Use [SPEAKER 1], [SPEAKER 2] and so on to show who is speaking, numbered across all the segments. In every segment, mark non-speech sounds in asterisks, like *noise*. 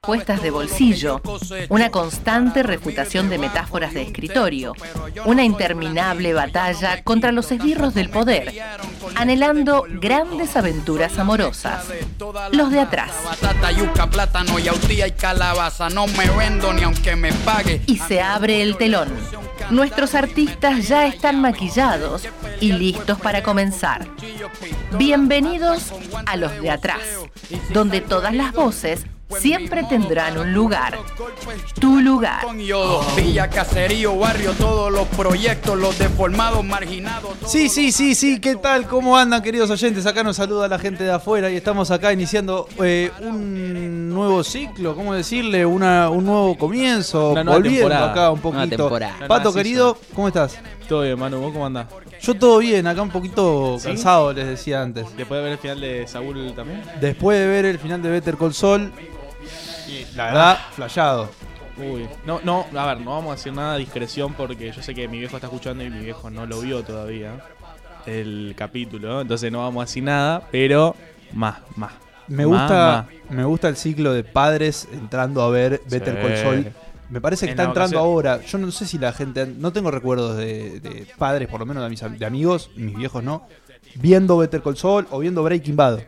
[SPEAKER 1] respuestas de bolsillo, una constante refutación de metáforas de escritorio, una interminable batalla contra los esbirros del poder, anhelando grandes aventuras amorosas. Los de atrás. Y se abre el telón. Nuestros artistas ya están maquillados y listos para comenzar. Bienvenidos a los de atrás, donde todas las voces
[SPEAKER 2] Pues
[SPEAKER 1] siempre tendrán un lugar. Tu lugar.
[SPEAKER 2] Villa, caserío, barrio, todos los proyectos, los deformados, marginados.
[SPEAKER 3] Sí, sí, sí, sí, ¿qué tal? ¿Cómo andan queridos oyentes? Acá nos saluda la gente de afuera y estamos acá iniciando eh, un nuevo ciclo, ¿cómo decirle? Una, un nuevo comienzo,
[SPEAKER 4] Una nueva
[SPEAKER 3] volviendo
[SPEAKER 4] temporada,
[SPEAKER 3] acá un
[SPEAKER 4] nueva
[SPEAKER 3] poquito.
[SPEAKER 4] temporada.
[SPEAKER 3] Pato querido, ¿cómo estás?
[SPEAKER 5] Todo bien, Manu, ¿vos cómo andás?
[SPEAKER 3] Yo todo bien, acá un poquito
[SPEAKER 5] ¿Sí?
[SPEAKER 3] cansado, les decía antes.
[SPEAKER 5] ¿Después de ver el final de Saúl también?
[SPEAKER 3] Después de ver el final de Better Call Saul, Ah. la verdad, flayado.
[SPEAKER 5] Uy. No, no, a ver, no vamos a decir nada de discreción porque yo sé que mi viejo está escuchando y mi viejo no lo vio todavía el capítulo, ¿no? entonces no vamos a decir nada, pero más, más.
[SPEAKER 3] Me
[SPEAKER 5] más,
[SPEAKER 3] gusta,
[SPEAKER 5] más.
[SPEAKER 3] me gusta el ciclo de padres entrando a ver Better
[SPEAKER 5] Sí.
[SPEAKER 3] Call Saul. Me parece que
[SPEAKER 5] En
[SPEAKER 3] está
[SPEAKER 5] la
[SPEAKER 3] entrando
[SPEAKER 5] ocasión.
[SPEAKER 3] ahora. Yo no sé si la gente. No tengo recuerdos de, de padres, por lo menos de mis am- de amigos, mis viejos no, viendo Better Call Saul o viendo Breaking Bad.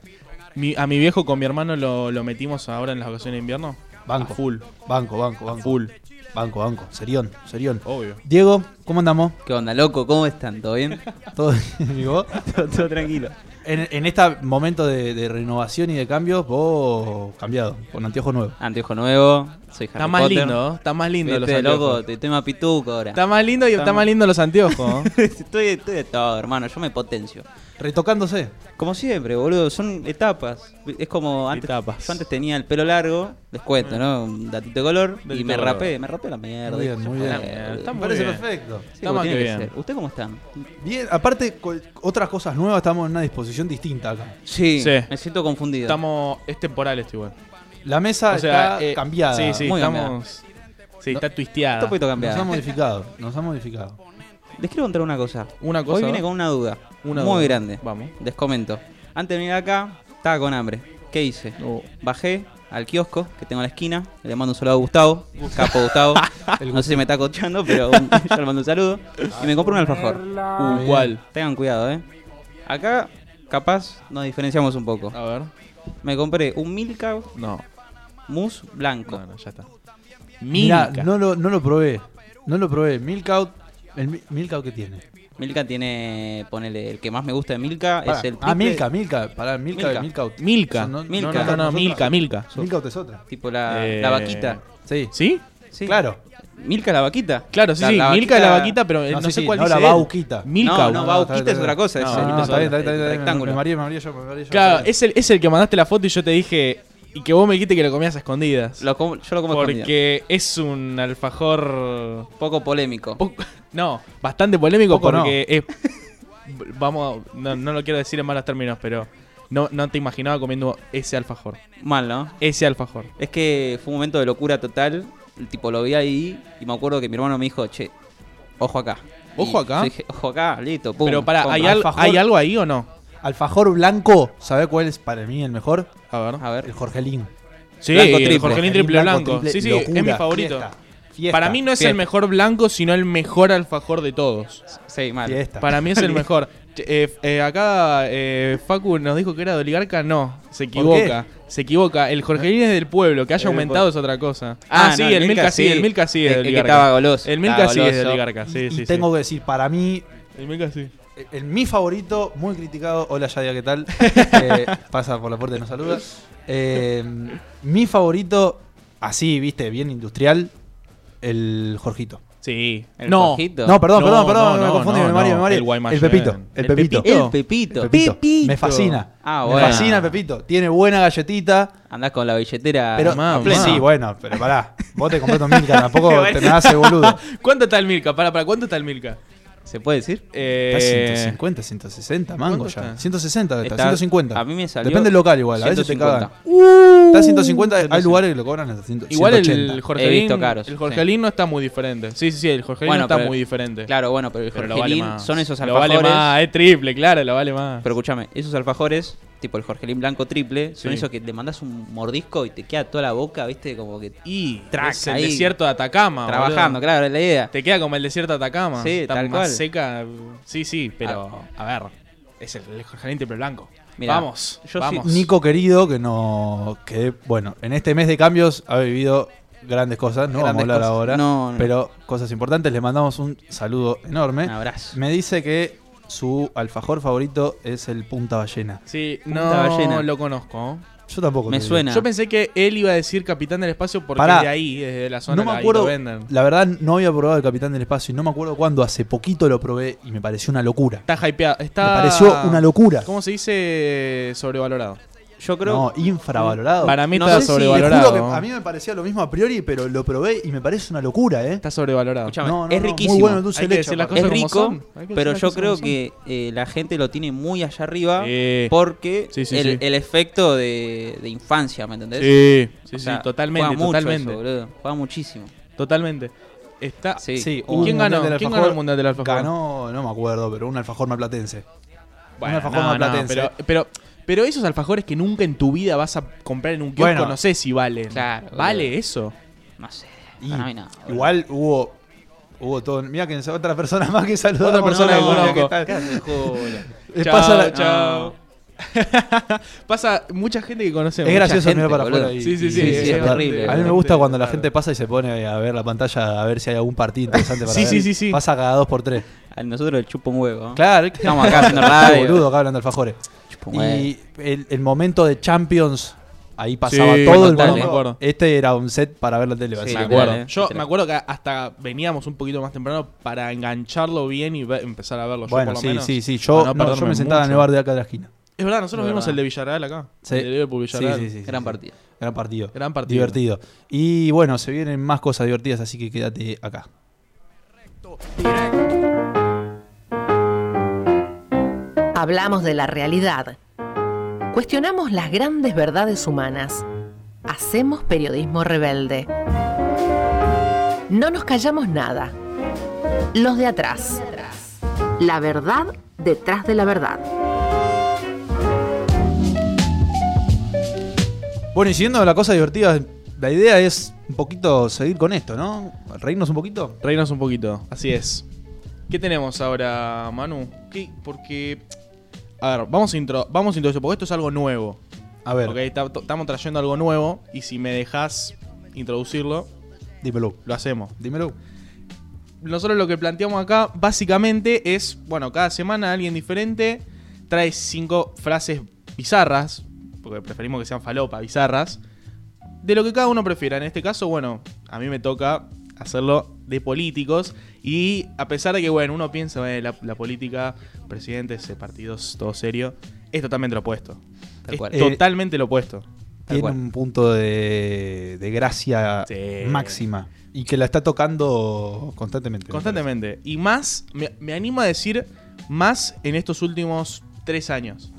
[SPEAKER 5] Mi- a mi viejo con mi hermano lo, lo metimos ahora en las vacaciones de invierno.
[SPEAKER 3] Banco.
[SPEAKER 5] A full,
[SPEAKER 3] Banco, banco,
[SPEAKER 5] a
[SPEAKER 3] banco.
[SPEAKER 5] full,
[SPEAKER 3] Banco, banco. Serión, serión.
[SPEAKER 5] obvio.
[SPEAKER 3] Diego, ¿cómo andamos?
[SPEAKER 4] ¿Qué onda, loco? ¿Cómo están? ¿Todo bien?
[SPEAKER 3] ¿Todo bien, Diego?
[SPEAKER 4] todo, tranquilo.
[SPEAKER 3] En, en este momento de, de renovación y de cambios, vos cambiado, con anteojos nuevos.
[SPEAKER 4] Anteojo nuevo, soy Harry
[SPEAKER 5] Está más
[SPEAKER 4] Potter.
[SPEAKER 5] lindo, ¿no? está más lindo los
[SPEAKER 4] Viste, loco,
[SPEAKER 5] anteojos.
[SPEAKER 4] te tema pituco ahora. *laughs*
[SPEAKER 5] Está más lindo y está
[SPEAKER 4] Está-
[SPEAKER 5] más lindo los
[SPEAKER 4] *laughs*
[SPEAKER 5] anteojos. ¿no?
[SPEAKER 4] estoy, estoy de todo, hermano. Yo me potencio.
[SPEAKER 3] Retocándose.
[SPEAKER 4] Como siempre, boludo, son etapas. Es como antes.
[SPEAKER 5] Etapas.
[SPEAKER 4] Yo antes tenía el pelo largo, les cuento, ¿no? Un datito de color. y
[SPEAKER 5] Datito
[SPEAKER 4] me
[SPEAKER 5] de color.
[SPEAKER 4] rapé, me rapé la mierda.
[SPEAKER 3] Muy bien,
[SPEAKER 4] Yo,
[SPEAKER 3] muy
[SPEAKER 4] joder,
[SPEAKER 3] bien.
[SPEAKER 4] boludo.
[SPEAKER 5] Está
[SPEAKER 3] Me
[SPEAKER 5] muy
[SPEAKER 3] parece
[SPEAKER 5] bien.
[SPEAKER 3] perfecto.
[SPEAKER 4] Sí,
[SPEAKER 5] está
[SPEAKER 4] como
[SPEAKER 5] más
[SPEAKER 4] tiene
[SPEAKER 5] que
[SPEAKER 4] que
[SPEAKER 5] bien.
[SPEAKER 4] ser. ¿Usted cómo están?
[SPEAKER 3] Bien, aparte, con otras cosas nuevas, estamos en una disposición distinta acá.
[SPEAKER 4] Sí,
[SPEAKER 5] Sí.
[SPEAKER 4] me siento confundido.
[SPEAKER 5] Estamos, es temporal esto igual.
[SPEAKER 3] La mesa
[SPEAKER 5] O
[SPEAKER 3] Ah,
[SPEAKER 5] sea,
[SPEAKER 3] está
[SPEAKER 5] eh,
[SPEAKER 3] cambiada.
[SPEAKER 5] Sí, sí,
[SPEAKER 4] Muy
[SPEAKER 5] estamos. Sí, está
[SPEAKER 4] Está
[SPEAKER 5] twisteada.
[SPEAKER 4] un poquito
[SPEAKER 3] Nos ha
[SPEAKER 4] cambiado.
[SPEAKER 3] modificado, nos ha modificado.
[SPEAKER 4] Les quiero contar una cosa.
[SPEAKER 5] Una cosa.
[SPEAKER 4] Hoy vine con una duda.
[SPEAKER 5] Una
[SPEAKER 4] muy
[SPEAKER 5] duda.
[SPEAKER 4] grande.
[SPEAKER 5] Vamos.
[SPEAKER 4] Les comento. Antes de venir acá, estaba con hambre. ¿Qué hice?
[SPEAKER 5] Oh.
[SPEAKER 4] Bajé al kiosco que tengo en la esquina. Le mando un saludo a Gustavo.
[SPEAKER 5] *laughs*
[SPEAKER 4] Capo Gustavo. no sé si me está escuchando, pero un- *laughs* yo le mando un saludo. Y me compré un alfajor.
[SPEAKER 3] Ah,
[SPEAKER 5] Uh, ¿Cuál?
[SPEAKER 4] Tengan cuidado, ¿eh? Acá, capaz, nos diferenciamos un poco.
[SPEAKER 5] A ver.
[SPEAKER 4] Me compré un Milka
[SPEAKER 5] No,
[SPEAKER 4] mousse blanco.
[SPEAKER 5] no, no, ya está.
[SPEAKER 3] Mirá,
[SPEAKER 5] Milka.
[SPEAKER 3] no lo, no lo probé. No lo probé. Milkout. El mi- Milkout que tiene.
[SPEAKER 4] Milka tiene, ponele, el que más me gusta de Milka
[SPEAKER 3] Pará.
[SPEAKER 4] es el
[SPEAKER 3] ah,
[SPEAKER 4] triple-
[SPEAKER 3] Milka, Milka. Pará, Milka,
[SPEAKER 4] Milka.
[SPEAKER 3] Milkout.
[SPEAKER 5] Milka.
[SPEAKER 3] Son- no-
[SPEAKER 4] Milka.
[SPEAKER 5] No, no, no,
[SPEAKER 3] Nosotros-
[SPEAKER 5] Milka, Milka.
[SPEAKER 3] Milkout es otra.
[SPEAKER 4] Tipo la,
[SPEAKER 5] Eh,
[SPEAKER 4] la vaquita.
[SPEAKER 3] Sí.
[SPEAKER 5] ¿Sí?
[SPEAKER 4] Sí.
[SPEAKER 3] Claro.
[SPEAKER 4] Milka es la vaquita.
[SPEAKER 5] Claro, sí,
[SPEAKER 4] La-
[SPEAKER 5] sí.
[SPEAKER 4] la
[SPEAKER 5] Milka es la
[SPEAKER 4] vaquita-
[SPEAKER 5] vaquita, pero eh,
[SPEAKER 3] No,
[SPEAKER 5] no,
[SPEAKER 3] sí,
[SPEAKER 5] sé
[SPEAKER 3] sí,
[SPEAKER 5] cuál
[SPEAKER 3] no,
[SPEAKER 5] dice
[SPEAKER 3] la
[SPEAKER 5] él.
[SPEAKER 3] Bauquita.
[SPEAKER 5] Milka.
[SPEAKER 4] No, no,
[SPEAKER 5] bau-
[SPEAKER 4] Bauquita es otra cosa,
[SPEAKER 5] es
[SPEAKER 3] No,
[SPEAKER 5] el-
[SPEAKER 3] no, está bien, está bien, está bien,
[SPEAKER 4] el
[SPEAKER 3] está bien,
[SPEAKER 4] rectángulo.
[SPEAKER 3] Me mareé, me mareé yo, me mareé yo.
[SPEAKER 5] Claro, es el, es el que mandaste la foto y yo te dije. Y que vos me dijiste que lo comías a escondidas.
[SPEAKER 4] Lo como- yo lo como escondida.
[SPEAKER 5] porque es un alfajor.
[SPEAKER 4] Poco polémico.
[SPEAKER 5] po- No, bastante polémico
[SPEAKER 3] Poco no.
[SPEAKER 5] porque es. Vamos, a- no, no lo quiero decir en malos términos, pero no, no te imaginaba comiendo ese alfajor.
[SPEAKER 4] Mal, ¿no?
[SPEAKER 5] Ese alfajor.
[SPEAKER 4] Es que fue un momento de locura total. El tipo lo vi ahí y me acuerdo que mi hermano me dijo, che, ojo acá.
[SPEAKER 5] ¿Ojo
[SPEAKER 4] Y
[SPEAKER 5] acá?
[SPEAKER 4] yo dije, ojo acá, listo, pum.
[SPEAKER 5] Pero pará,
[SPEAKER 4] compra.
[SPEAKER 5] ¿hay, al-
[SPEAKER 3] alfajor.
[SPEAKER 5] ¿hay algo ahí o no?
[SPEAKER 3] Alfajor blanco. ¿Sabés cuál es para mí el mejor?
[SPEAKER 5] A ver.
[SPEAKER 4] A ver,
[SPEAKER 3] El Jorgelín.
[SPEAKER 5] Sí,
[SPEAKER 4] Blanco
[SPEAKER 5] el
[SPEAKER 4] triple.
[SPEAKER 5] Jorgelín triple blanco. sí, sí, es mi favorito. Para mí no es
[SPEAKER 4] fiesta.
[SPEAKER 5] el mejor blanco, sino el mejor alfajor de todos.
[SPEAKER 4] sí, mal.
[SPEAKER 3] Fiesta.
[SPEAKER 5] Para mí
[SPEAKER 3] *laughs*
[SPEAKER 5] es el mejor. Che, eh, eh, acá eh, Facu nos dijo que era de oligarca. No, se equivoca. Se equivoca. El Jorgelín es del pueblo. Que haya
[SPEAKER 4] del
[SPEAKER 5] aumentado
[SPEAKER 4] pueblo.
[SPEAKER 5] es otra cosa. Ah, sí,
[SPEAKER 4] no,
[SPEAKER 5] el Milka sí. El Milka sí es
[SPEAKER 4] El,
[SPEAKER 5] de
[SPEAKER 4] el que
[SPEAKER 5] oligarca.
[SPEAKER 4] estaba goloso.
[SPEAKER 5] El Milka
[SPEAKER 4] Estaba
[SPEAKER 5] sí es de
[SPEAKER 4] goloso.
[SPEAKER 5] oligarca. Sí,
[SPEAKER 3] y
[SPEAKER 5] sí,
[SPEAKER 3] tengo
[SPEAKER 5] sí.
[SPEAKER 3] que decir, para mí,
[SPEAKER 5] El Milka sí.
[SPEAKER 3] el, el- mi favorito, muy criticado, hola Yadia, ¿qué
[SPEAKER 5] *laughs*
[SPEAKER 3] tal? Eh, pasa por la puerta y nos saluda. Eh, mi favorito, así, viste, bien industrial, el Jorgito.
[SPEAKER 5] Sí.
[SPEAKER 4] El
[SPEAKER 5] no.
[SPEAKER 4] Jorgito.
[SPEAKER 3] No, perdón, perdón,
[SPEAKER 5] No,
[SPEAKER 3] perdón,
[SPEAKER 5] no,
[SPEAKER 3] me
[SPEAKER 5] no,
[SPEAKER 3] confundí,
[SPEAKER 5] no,
[SPEAKER 3] me mareé, me
[SPEAKER 5] no,
[SPEAKER 3] mareé.
[SPEAKER 5] el Guaymallén.
[SPEAKER 3] El Pepito, el
[SPEAKER 4] El
[SPEAKER 3] Pepito.
[SPEAKER 4] Pepito. El
[SPEAKER 3] El
[SPEAKER 4] Pepito.
[SPEAKER 3] Me fascina.
[SPEAKER 4] Ah,
[SPEAKER 3] Me
[SPEAKER 4] bueno.
[SPEAKER 3] fascina el Pepito. Tiene buena galletita.
[SPEAKER 4] Andás con la billetera.
[SPEAKER 3] Pero,
[SPEAKER 5] mamá,
[SPEAKER 3] a pleno.
[SPEAKER 5] mamá.
[SPEAKER 3] sí, bueno, pero pará. Vos te compras un Milka, tampoco te me haces boludo.
[SPEAKER 5] ¿Cuánto está el Milka? Para, para, ¿cuánto está el Milka?
[SPEAKER 4] ¿Se puede decir?
[SPEAKER 5] Eh,
[SPEAKER 3] Está 150, 160, mango
[SPEAKER 5] ¿Cuánto
[SPEAKER 3] ya.
[SPEAKER 5] está?
[SPEAKER 3] 160, está,
[SPEAKER 4] Está-
[SPEAKER 3] 150.
[SPEAKER 4] a mí me salió
[SPEAKER 3] Depende del local igual, a veces te
[SPEAKER 4] 150.
[SPEAKER 3] cagan. Uh, Está 150, hay lugares que lo cobran hasta 100,
[SPEAKER 5] Igual
[SPEAKER 3] 180.
[SPEAKER 5] el Jorgelín,
[SPEAKER 4] He visto caros,
[SPEAKER 5] el Jorgelín no está muy diferente. Sí, sí, sí, el Jorgelín no está
[SPEAKER 4] pero-
[SPEAKER 5] muy diferente.
[SPEAKER 4] Claro, bueno, pero el
[SPEAKER 5] pero lo
[SPEAKER 4] Jorgelín
[SPEAKER 5] vale más.
[SPEAKER 4] son esos
[SPEAKER 5] Lo
[SPEAKER 4] alfajores.
[SPEAKER 5] vale más, es triple, claro, lo vale más.
[SPEAKER 4] Pero escúchame, esos alfajores tipo el Jorgelín Blanco triple, son
[SPEAKER 5] Sí.
[SPEAKER 4] esos que le mandas un mordisco y te queda toda la boca, ¿viste? Como que
[SPEAKER 5] Y
[SPEAKER 4] Track,
[SPEAKER 5] es el
[SPEAKER 4] ahí.
[SPEAKER 5] desierto de Atacama. Ah, boludo.
[SPEAKER 4] trabajando, claro, es la idea.
[SPEAKER 5] Te queda como el desierto de Atacama.
[SPEAKER 4] Sí,
[SPEAKER 5] Está
[SPEAKER 4] tal
[SPEAKER 5] más
[SPEAKER 4] cual. Ah.
[SPEAKER 5] seca. Sí, sí, pero a ver. Es el, el Jorgelín triple blanco.
[SPEAKER 4] Mirá,
[SPEAKER 5] vamos,
[SPEAKER 4] yo sí-
[SPEAKER 5] vamos.
[SPEAKER 3] Nico querido, que no. que bueno, en este mes de cambios ha vivido grandes cosas, no vamos a
[SPEAKER 4] Grandes
[SPEAKER 3] hablar
[SPEAKER 4] cosas.
[SPEAKER 3] ahora.
[SPEAKER 4] No, no.
[SPEAKER 3] Pero cosas importantes, le mandamos un saludo
[SPEAKER 5] Eh,
[SPEAKER 3] enorme.
[SPEAKER 4] Un abrazo.
[SPEAKER 3] Me dice que su alfajor favorito es el punta ballena.
[SPEAKER 5] Sí,
[SPEAKER 4] Punta
[SPEAKER 5] no
[SPEAKER 4] ballena.
[SPEAKER 5] lo conozco.
[SPEAKER 3] Yo tampoco.
[SPEAKER 4] Me
[SPEAKER 3] te digo.
[SPEAKER 4] suena.
[SPEAKER 5] Yo pensé que él iba a decir Capitán del Espacio porque
[SPEAKER 3] Pará.
[SPEAKER 5] es de ahí, desde la zona
[SPEAKER 3] No me
[SPEAKER 5] ahí lo
[SPEAKER 3] acuerdo.
[SPEAKER 5] venden.
[SPEAKER 3] La verdad, no había probado el Capitán del Espacio y no me acuerdo cuándo. Hace poquito lo probé y me pareció una locura.
[SPEAKER 5] Está hypeado. Está...
[SPEAKER 3] Me pareció una locura.
[SPEAKER 5] ¿Cómo se dice sobrevalorado?
[SPEAKER 4] Yo creo.
[SPEAKER 3] no, infravalorado.
[SPEAKER 5] Para mí
[SPEAKER 4] No
[SPEAKER 5] está
[SPEAKER 4] sé si-
[SPEAKER 3] Te
[SPEAKER 5] sobrevalorado.
[SPEAKER 3] juro que a mí me parecía lo mismo a priori, pero lo probé y me parece una locura, ¿eh?
[SPEAKER 5] Está sobrevalorado.
[SPEAKER 4] Escuchame,
[SPEAKER 3] No, no,
[SPEAKER 4] es
[SPEAKER 3] no,
[SPEAKER 4] riquísimo.
[SPEAKER 3] Muy bueno el dulce
[SPEAKER 5] Hay
[SPEAKER 3] de
[SPEAKER 5] que
[SPEAKER 3] leche.
[SPEAKER 5] decir las
[SPEAKER 3] aparte.
[SPEAKER 5] cosas
[SPEAKER 4] es
[SPEAKER 5] como son.
[SPEAKER 4] rico,
[SPEAKER 5] Hay que decir
[SPEAKER 4] pero
[SPEAKER 5] las
[SPEAKER 4] yo
[SPEAKER 5] cosas
[SPEAKER 4] creo
[SPEAKER 5] como
[SPEAKER 4] que eh, la gente lo tiene muy allá arriba
[SPEAKER 5] Eh,
[SPEAKER 4] porque
[SPEAKER 5] Sí, sí,
[SPEAKER 4] el,
[SPEAKER 5] sí.
[SPEAKER 4] el efecto de, de infancia, ¿me entendés?
[SPEAKER 5] Sí, sí,
[SPEAKER 4] O
[SPEAKER 5] sí,
[SPEAKER 4] sea,
[SPEAKER 5] totalmente,
[SPEAKER 4] juega mucho
[SPEAKER 5] totalmente.
[SPEAKER 4] eso, boludo, juega muchísimo.
[SPEAKER 5] totalmente. Está...
[SPEAKER 4] Sí.
[SPEAKER 3] Sí,
[SPEAKER 4] o-
[SPEAKER 3] un
[SPEAKER 5] ¿Quién ganó?
[SPEAKER 3] mundial del
[SPEAKER 5] ¿Quién
[SPEAKER 3] alfajor.
[SPEAKER 5] ganó el mundial del alfajor?
[SPEAKER 3] Ganó, no me acuerdo, pero un alfajor malplatense.
[SPEAKER 5] Bueno,
[SPEAKER 3] un alfajor
[SPEAKER 5] no, no,
[SPEAKER 3] malplatense.
[SPEAKER 5] pero, pero, pero esos alfajores que nunca en tu vida vas a comprar en un kiosco,
[SPEAKER 3] Bueno.
[SPEAKER 5] no sé si valen.
[SPEAKER 4] Claro, boludo.
[SPEAKER 5] ¿Vale eso?
[SPEAKER 4] No sé.
[SPEAKER 3] Y
[SPEAKER 4] para mí no, boludo.
[SPEAKER 3] igual hubo hubo todo. Mira que otra persona *laughs* más que saludó
[SPEAKER 5] Otra
[SPEAKER 3] a la
[SPEAKER 5] persona que
[SPEAKER 3] mamá,
[SPEAKER 5] conozco.
[SPEAKER 3] que tal.
[SPEAKER 4] ¿Qué haces, Julio?
[SPEAKER 3] Eh, pasa la-
[SPEAKER 5] chao. Pasa mucha gente que conocemos.
[SPEAKER 3] es gracioso
[SPEAKER 4] gente,
[SPEAKER 3] mirar para
[SPEAKER 4] boludo.
[SPEAKER 3] afuera. y-
[SPEAKER 5] Sí, sí,
[SPEAKER 3] y-
[SPEAKER 5] sí,
[SPEAKER 4] es
[SPEAKER 3] saludar.
[SPEAKER 4] terrible,
[SPEAKER 3] A mí me
[SPEAKER 5] boludo.
[SPEAKER 3] gusta cuando la gente
[SPEAKER 5] Claro.
[SPEAKER 3] pasa y se pone a ver la pantalla a ver si hay algún partido interesante para
[SPEAKER 5] Sí,
[SPEAKER 3] ver.
[SPEAKER 5] sí, sí, sí.
[SPEAKER 3] Pasa cada dos por tres.
[SPEAKER 4] A nosotros le chupa un huevo. ¿eh?
[SPEAKER 3] Claro,
[SPEAKER 4] Estamos
[SPEAKER 3] *laughs*
[SPEAKER 4] acá
[SPEAKER 5] *laughs*
[SPEAKER 4] haciendo radio.
[SPEAKER 3] boludo, acá hablando de alfajores.
[SPEAKER 4] Chupa un huevo.
[SPEAKER 3] Y el, el momento de Champions, ahí pasaba
[SPEAKER 5] Sí,
[SPEAKER 3] todo el
[SPEAKER 5] total,
[SPEAKER 3] mundo.
[SPEAKER 5] me acuerdo.
[SPEAKER 3] Este era un set para ver la tele.
[SPEAKER 4] Sí,
[SPEAKER 3] así
[SPEAKER 4] me
[SPEAKER 3] que-
[SPEAKER 5] Me acuerdo.
[SPEAKER 4] Literal, eh.
[SPEAKER 5] Yo
[SPEAKER 4] Literal.
[SPEAKER 5] me acuerdo que hasta veníamos un poquito más temprano para engancharlo bien y ve- empezar a verlo. Yo,
[SPEAKER 3] Bueno,
[SPEAKER 5] por lo
[SPEAKER 3] sí,
[SPEAKER 5] menos.
[SPEAKER 3] sí, sí. Yo,
[SPEAKER 5] para no
[SPEAKER 3] no, yo
[SPEAKER 5] perderme
[SPEAKER 3] me sentaba en el
[SPEAKER 5] mucho.
[SPEAKER 3] bar de acá de la esquina.
[SPEAKER 5] Es verdad, nosotros
[SPEAKER 4] Es
[SPEAKER 5] vimos
[SPEAKER 4] verdad.
[SPEAKER 5] el de Villarreal acá.
[SPEAKER 3] Sí.
[SPEAKER 5] El de Liverpool
[SPEAKER 3] Sí,
[SPEAKER 5] Villarreal.
[SPEAKER 3] sí, sí, sí,
[SPEAKER 4] Gran
[SPEAKER 3] sí.
[SPEAKER 4] partido.
[SPEAKER 3] Gran partido.
[SPEAKER 5] Gran partido.
[SPEAKER 3] Divertido. Y bueno, se vienen más cosas divertidas, así que quédate acá.
[SPEAKER 1] Hablamos de la realidad. Cuestionamos las grandes verdades humanas. Hacemos periodismo rebelde. No nos callamos nada. Los de atrás. La verdad detrás de la verdad.
[SPEAKER 3] Bueno, y siguiendo la cosa divertida, la idea es un poquito seguir con esto, ¿no? Reírnos un poquito.
[SPEAKER 5] Reinos un poquito. Así es. ¿Qué tenemos ahora, Manu? ¿Qué? Porque. A ver, vamos a, intro, vamos a introducir, porque esto es algo nuevo.
[SPEAKER 3] A ver,
[SPEAKER 5] Ok, Ta- to- estamos trayendo algo nuevo y si me dejas introducirlo,
[SPEAKER 3] dímelo.
[SPEAKER 5] lo hacemos.
[SPEAKER 3] Dímelo.
[SPEAKER 5] Nosotros lo que planteamos acá básicamente es, bueno, cada semana alguien diferente trae cinco frases bizarras, porque preferimos que sean falopa, bizarras, de lo que cada uno prefiera. En este caso, bueno, a mí me toca hacerlo de políticos y a pesar de que, bueno, uno piensa, "Eh, la, la política, presidentes, eh, partidos, todo serio, es totalmente lo opuesto.
[SPEAKER 4] Tal
[SPEAKER 5] es
[SPEAKER 4] cual.
[SPEAKER 3] Eh,
[SPEAKER 5] totalmente lo opuesto.
[SPEAKER 3] Tiene
[SPEAKER 4] cual.
[SPEAKER 3] un punto de, de gracia
[SPEAKER 5] Sí.
[SPEAKER 3] máxima. Y que la está tocando constantemente. me
[SPEAKER 5] Constantemente. Y más, me, me animo a decir más en estos últimos tres años.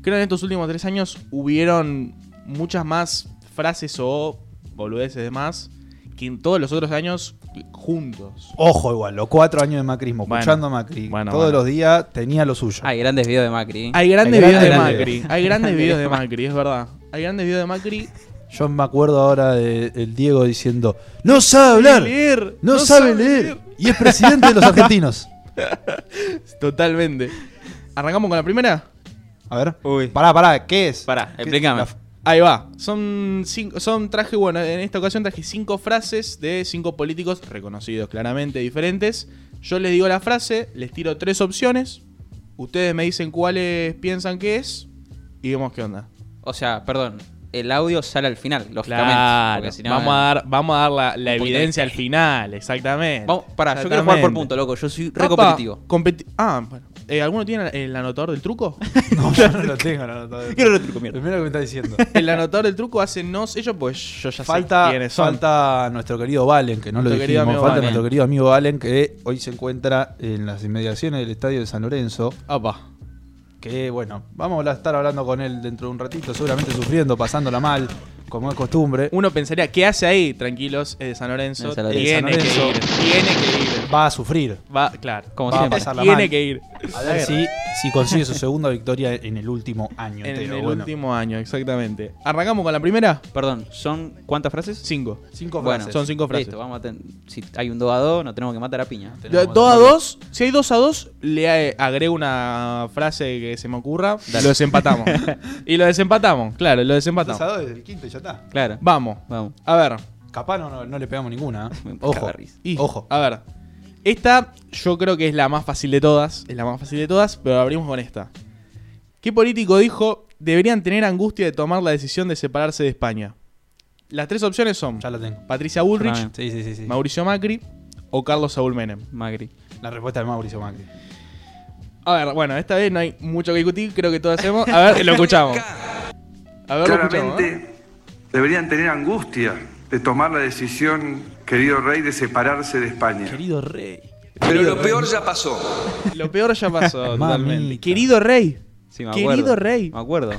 [SPEAKER 5] Creo que en estos últimos tres años hubieron muchas más frases o boludeces de más que en todos los otros años juntos.
[SPEAKER 3] parece. Ojo, igual, los cuatro años de macrismo,
[SPEAKER 5] Bueno.
[SPEAKER 3] escuchando a Macri
[SPEAKER 5] Bueno,
[SPEAKER 3] todos
[SPEAKER 5] bueno.
[SPEAKER 3] los días, tenía lo suyo.
[SPEAKER 4] Hay grandes videos de Macri.
[SPEAKER 5] Hay grandes
[SPEAKER 3] Hay
[SPEAKER 5] videos de
[SPEAKER 3] grandes
[SPEAKER 5] Macri.
[SPEAKER 3] videos.
[SPEAKER 5] Hay grandes videos
[SPEAKER 3] *laughs*
[SPEAKER 5] de
[SPEAKER 4] videos.
[SPEAKER 5] Macri, es verdad. Hay grandes videos de Macri.
[SPEAKER 3] Yo me acuerdo ahora del Diego diciendo: ¡No sabe hablar!
[SPEAKER 5] Leer,
[SPEAKER 3] No, sabe, leer. Y es presidente de
[SPEAKER 5] *laughs*
[SPEAKER 3] los argentinos.
[SPEAKER 5] Totalmente. ¿Arrancamos con la primera?
[SPEAKER 3] A ver.
[SPEAKER 4] Uy.
[SPEAKER 3] Pará, pará, ¿qué es?
[SPEAKER 4] Pará,
[SPEAKER 3] ¿Qué-
[SPEAKER 4] explícame.
[SPEAKER 3] la-
[SPEAKER 5] Ahí va. Son cinco, son traje, bueno, en esta ocasión traje cinco frases de cinco políticos reconocidos, claramente diferentes. Yo les digo la frase, les tiro tres opciones. Ustedes me dicen cuáles piensan que es y vemos qué onda.
[SPEAKER 4] O sea, perdón. El audio sale al final, lógicamente. porque si no, eh.
[SPEAKER 5] vamos, a dar, vamos a dar la, la
[SPEAKER 4] un poquito
[SPEAKER 5] evidencia al
[SPEAKER 4] de-
[SPEAKER 5] final, exactamente.
[SPEAKER 4] Vamos, pará, yo quiero jugar por punto, loco. Yo soy re competitivo.
[SPEAKER 5] ah, bueno. Eh, ¿Alguno tiene el anotador del truco?
[SPEAKER 4] *laughs*
[SPEAKER 5] *laughs*
[SPEAKER 3] No, yo no lo tengo. No, no, no.
[SPEAKER 4] Quiero el truco, mierda.
[SPEAKER 3] Primero que me está diciendo.
[SPEAKER 5] el anotador del truco hace no sé yo, pues yo ya sé
[SPEAKER 3] Falta,
[SPEAKER 5] quiénes son.
[SPEAKER 3] falta nuestro querido Valen, que no lo
[SPEAKER 5] Nuestro querido
[SPEAKER 3] dijimos.
[SPEAKER 5] amigo
[SPEAKER 3] Falta
[SPEAKER 5] Valen.
[SPEAKER 3] nuestro querido amigo Valen, que hoy se encuentra en las inmediaciones del estadio de San Lorenzo.
[SPEAKER 5] Apa.
[SPEAKER 3] Que bueno, vamos a estar hablando con él dentro de un ratito, seguramente sufriendo, pasándola mal, como es costumbre.
[SPEAKER 5] Uno pensaría, ¿qué hace ahí? Tranquilos, es de San Lorenzo.
[SPEAKER 4] Es de San Lorenzo.
[SPEAKER 5] Tiene
[SPEAKER 3] Es de San
[SPEAKER 5] que ir. Tiene que ir.
[SPEAKER 3] Va a sufrir.
[SPEAKER 5] Va, claro.
[SPEAKER 4] Como
[SPEAKER 3] Va a
[SPEAKER 4] siempre.
[SPEAKER 3] pasarla
[SPEAKER 5] Tiene
[SPEAKER 3] mal.
[SPEAKER 5] que ir.
[SPEAKER 3] A ver si si consigue su segunda victoria en el último año.
[SPEAKER 5] En
[SPEAKER 3] entero,
[SPEAKER 5] el
[SPEAKER 3] bueno.
[SPEAKER 5] último año, exactamente. ¿Arrancamos con la primera?
[SPEAKER 4] Perdón, ¿son cuántas frases?
[SPEAKER 5] Cinco.
[SPEAKER 3] Cinco
[SPEAKER 4] Bueno,
[SPEAKER 3] frases.
[SPEAKER 5] son cinco frases.
[SPEAKER 4] Listo, vamos a ten- Si hay un 2 a 2, no tenemos que matar a piña.
[SPEAKER 5] De- Dos a dos. Si hay dos a dos, le eh, agrego una frase que se me ocurra.
[SPEAKER 4] Dale.
[SPEAKER 5] Lo
[SPEAKER 4] *laughs*
[SPEAKER 5] desempatamos. y lo desempatamos, claro, lo
[SPEAKER 3] Dos a
[SPEAKER 5] desempatamos.
[SPEAKER 3] dos desde el quinto y ya está.
[SPEAKER 4] Claro.
[SPEAKER 5] Vamos.
[SPEAKER 4] Vamos.
[SPEAKER 5] A ver.
[SPEAKER 3] Capaz no, no, no le pegamos ninguna.
[SPEAKER 5] *laughs*
[SPEAKER 3] ¿eh?
[SPEAKER 4] Me
[SPEAKER 3] Ojo.
[SPEAKER 4] caga risa.
[SPEAKER 5] y-
[SPEAKER 3] Ojo.
[SPEAKER 5] A ver. Esta yo creo que es la más fácil de todas. Es la más fácil de todas, pero abrimos con esta. ¿Qué político dijo deberían tener angustia de tomar la decisión de separarse de España? Las tres opciones son
[SPEAKER 3] Ya la tengo.
[SPEAKER 5] Patricia Bullrich,
[SPEAKER 4] Fernando.
[SPEAKER 3] Sí, sí, sí. sí.
[SPEAKER 5] Mauricio Macri o Carlos Saúl Menem.
[SPEAKER 4] Magri.
[SPEAKER 3] La respuesta de Mauricio Macri.
[SPEAKER 5] A ver, bueno, esta vez no hay mucho que discutir, creo que todos hacemos. A ver, lo escuchamos. A ver, lo escuchamos. ¿eh?
[SPEAKER 6] Claramente deberían tener angustia de tomar la decisión, querido rey, de separarse de España.
[SPEAKER 3] Querido rey.
[SPEAKER 7] Pero lo peor ya pasó.
[SPEAKER 5] Lo peor
[SPEAKER 3] *laughs*
[SPEAKER 5] ya pasó, totalmente.
[SPEAKER 3] Mamita.
[SPEAKER 5] Querido rey.
[SPEAKER 4] Sí, me
[SPEAKER 5] Querido
[SPEAKER 4] acuerdo.
[SPEAKER 5] rey. *laughs*
[SPEAKER 4] Me acuerdo.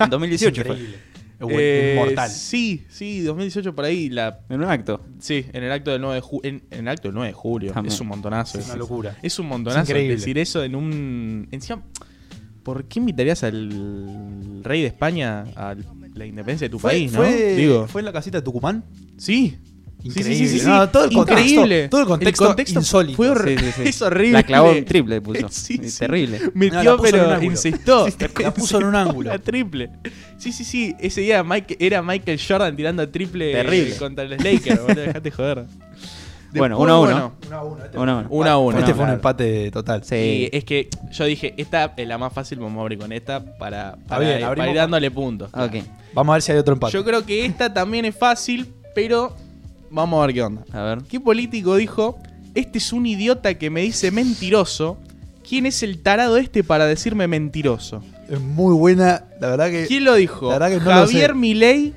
[SPEAKER 4] En 2018 fue.
[SPEAKER 3] Increíble.
[SPEAKER 5] Eh,
[SPEAKER 3] Inmortal.
[SPEAKER 5] Sí, sí, 2018 por ahí. La,
[SPEAKER 4] En un acto.
[SPEAKER 5] sí, en el acto del 9 de julio. En, en el acto del 9 de julio.
[SPEAKER 4] También.
[SPEAKER 5] Es un montonazo.
[SPEAKER 3] Es una locura.
[SPEAKER 5] Es un montonazo.
[SPEAKER 3] Es increíble.
[SPEAKER 5] Decir eso en un. Encima, ¿por qué invitarías al rey de España a la independencia de tu país, no?
[SPEAKER 3] fue-
[SPEAKER 5] Digo.
[SPEAKER 3] ¿Fue en la casita de Tucumán?
[SPEAKER 5] Sí.
[SPEAKER 3] Increíble. No, todo el contexto- todo el contexto insólito.
[SPEAKER 5] Fue horri-
[SPEAKER 4] Sí, sí, sí.
[SPEAKER 5] Es horrible.
[SPEAKER 4] La clavó en triple, le puso.
[SPEAKER 5] *laughs* Sí, sí.
[SPEAKER 4] Terrible.
[SPEAKER 5] Metió,
[SPEAKER 3] No, la puso en un
[SPEAKER 5] pero
[SPEAKER 3] ángulo.
[SPEAKER 5] insistió.
[SPEAKER 3] *laughs* La puso en un *laughs* ángulo.
[SPEAKER 5] La triple. Sí, sí, sí. Ese día Mike, era Michael Jordan tirando triple
[SPEAKER 4] Terrible.
[SPEAKER 5] eh, contra los Lakers, boludo. Dejate joder.
[SPEAKER 4] Bueno,
[SPEAKER 5] Después,
[SPEAKER 4] uno a uno.
[SPEAKER 5] bueno,
[SPEAKER 4] Uno a uno.
[SPEAKER 5] Uno a uno.
[SPEAKER 3] este fue un
[SPEAKER 5] Claro.
[SPEAKER 3] empate total.
[SPEAKER 5] Y es que yo dije, esta es la más fácil, vamos a abrir con esta para, para,
[SPEAKER 3] bien,
[SPEAKER 5] para
[SPEAKER 3] abrimos
[SPEAKER 5] ir
[SPEAKER 3] con-
[SPEAKER 5] dándole puntos.
[SPEAKER 4] Ok.
[SPEAKER 3] Vamos a ver si hay otro empate.
[SPEAKER 5] Yo creo que esta también es fácil, pero vamos a ver qué onda.
[SPEAKER 4] A ver.
[SPEAKER 5] ¿Qué político dijo? Este es un idiota que me dice mentiroso. ¿Quién es el tarado este para decirme mentiroso?
[SPEAKER 3] Es muy buena, la verdad que.
[SPEAKER 5] ¿Quién lo dijo?
[SPEAKER 3] Eh, la verdad que no lo
[SPEAKER 5] ¿Javier
[SPEAKER 3] sé.
[SPEAKER 5] Milei,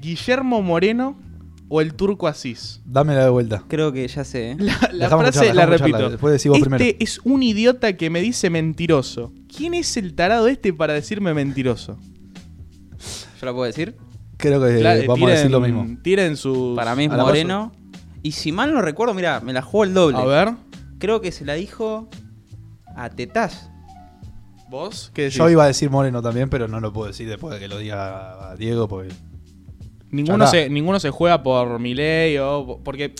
[SPEAKER 5] Guillermo Moreno o el turco Asís?
[SPEAKER 3] Dámela de vuelta.
[SPEAKER 4] Creo que ya sé. ¿eh?
[SPEAKER 5] La, la
[SPEAKER 3] Dejamos escucharla,
[SPEAKER 5] frase la
[SPEAKER 3] dejamos escucharla,
[SPEAKER 5] repito.
[SPEAKER 3] después decís vos
[SPEAKER 5] este
[SPEAKER 3] primero.
[SPEAKER 5] es un idiota que me dice mentiroso. ¿Quién es el tarado este para decirme mentiroso?
[SPEAKER 4] ¿Yo la puedo decir?
[SPEAKER 3] Creo que eh,
[SPEAKER 5] Claro,
[SPEAKER 3] vamos a decir lo mismo.
[SPEAKER 5] Tiren sus.
[SPEAKER 4] Para mí es
[SPEAKER 3] a la
[SPEAKER 4] Moreno. Y si mal no recuerdo, mira, me la jugó el doble.
[SPEAKER 5] A ver.
[SPEAKER 4] Creo que se la dijo a Tetaz.
[SPEAKER 5] ¿Vos? ¿Qué decís?
[SPEAKER 3] Yo iba a decir Moreno también, pero no lo puedo decir después de que lo diga a Diego, porque.
[SPEAKER 5] Ninguno
[SPEAKER 3] Ya
[SPEAKER 5] se, ninguno se juega por Milei o. po- Porque.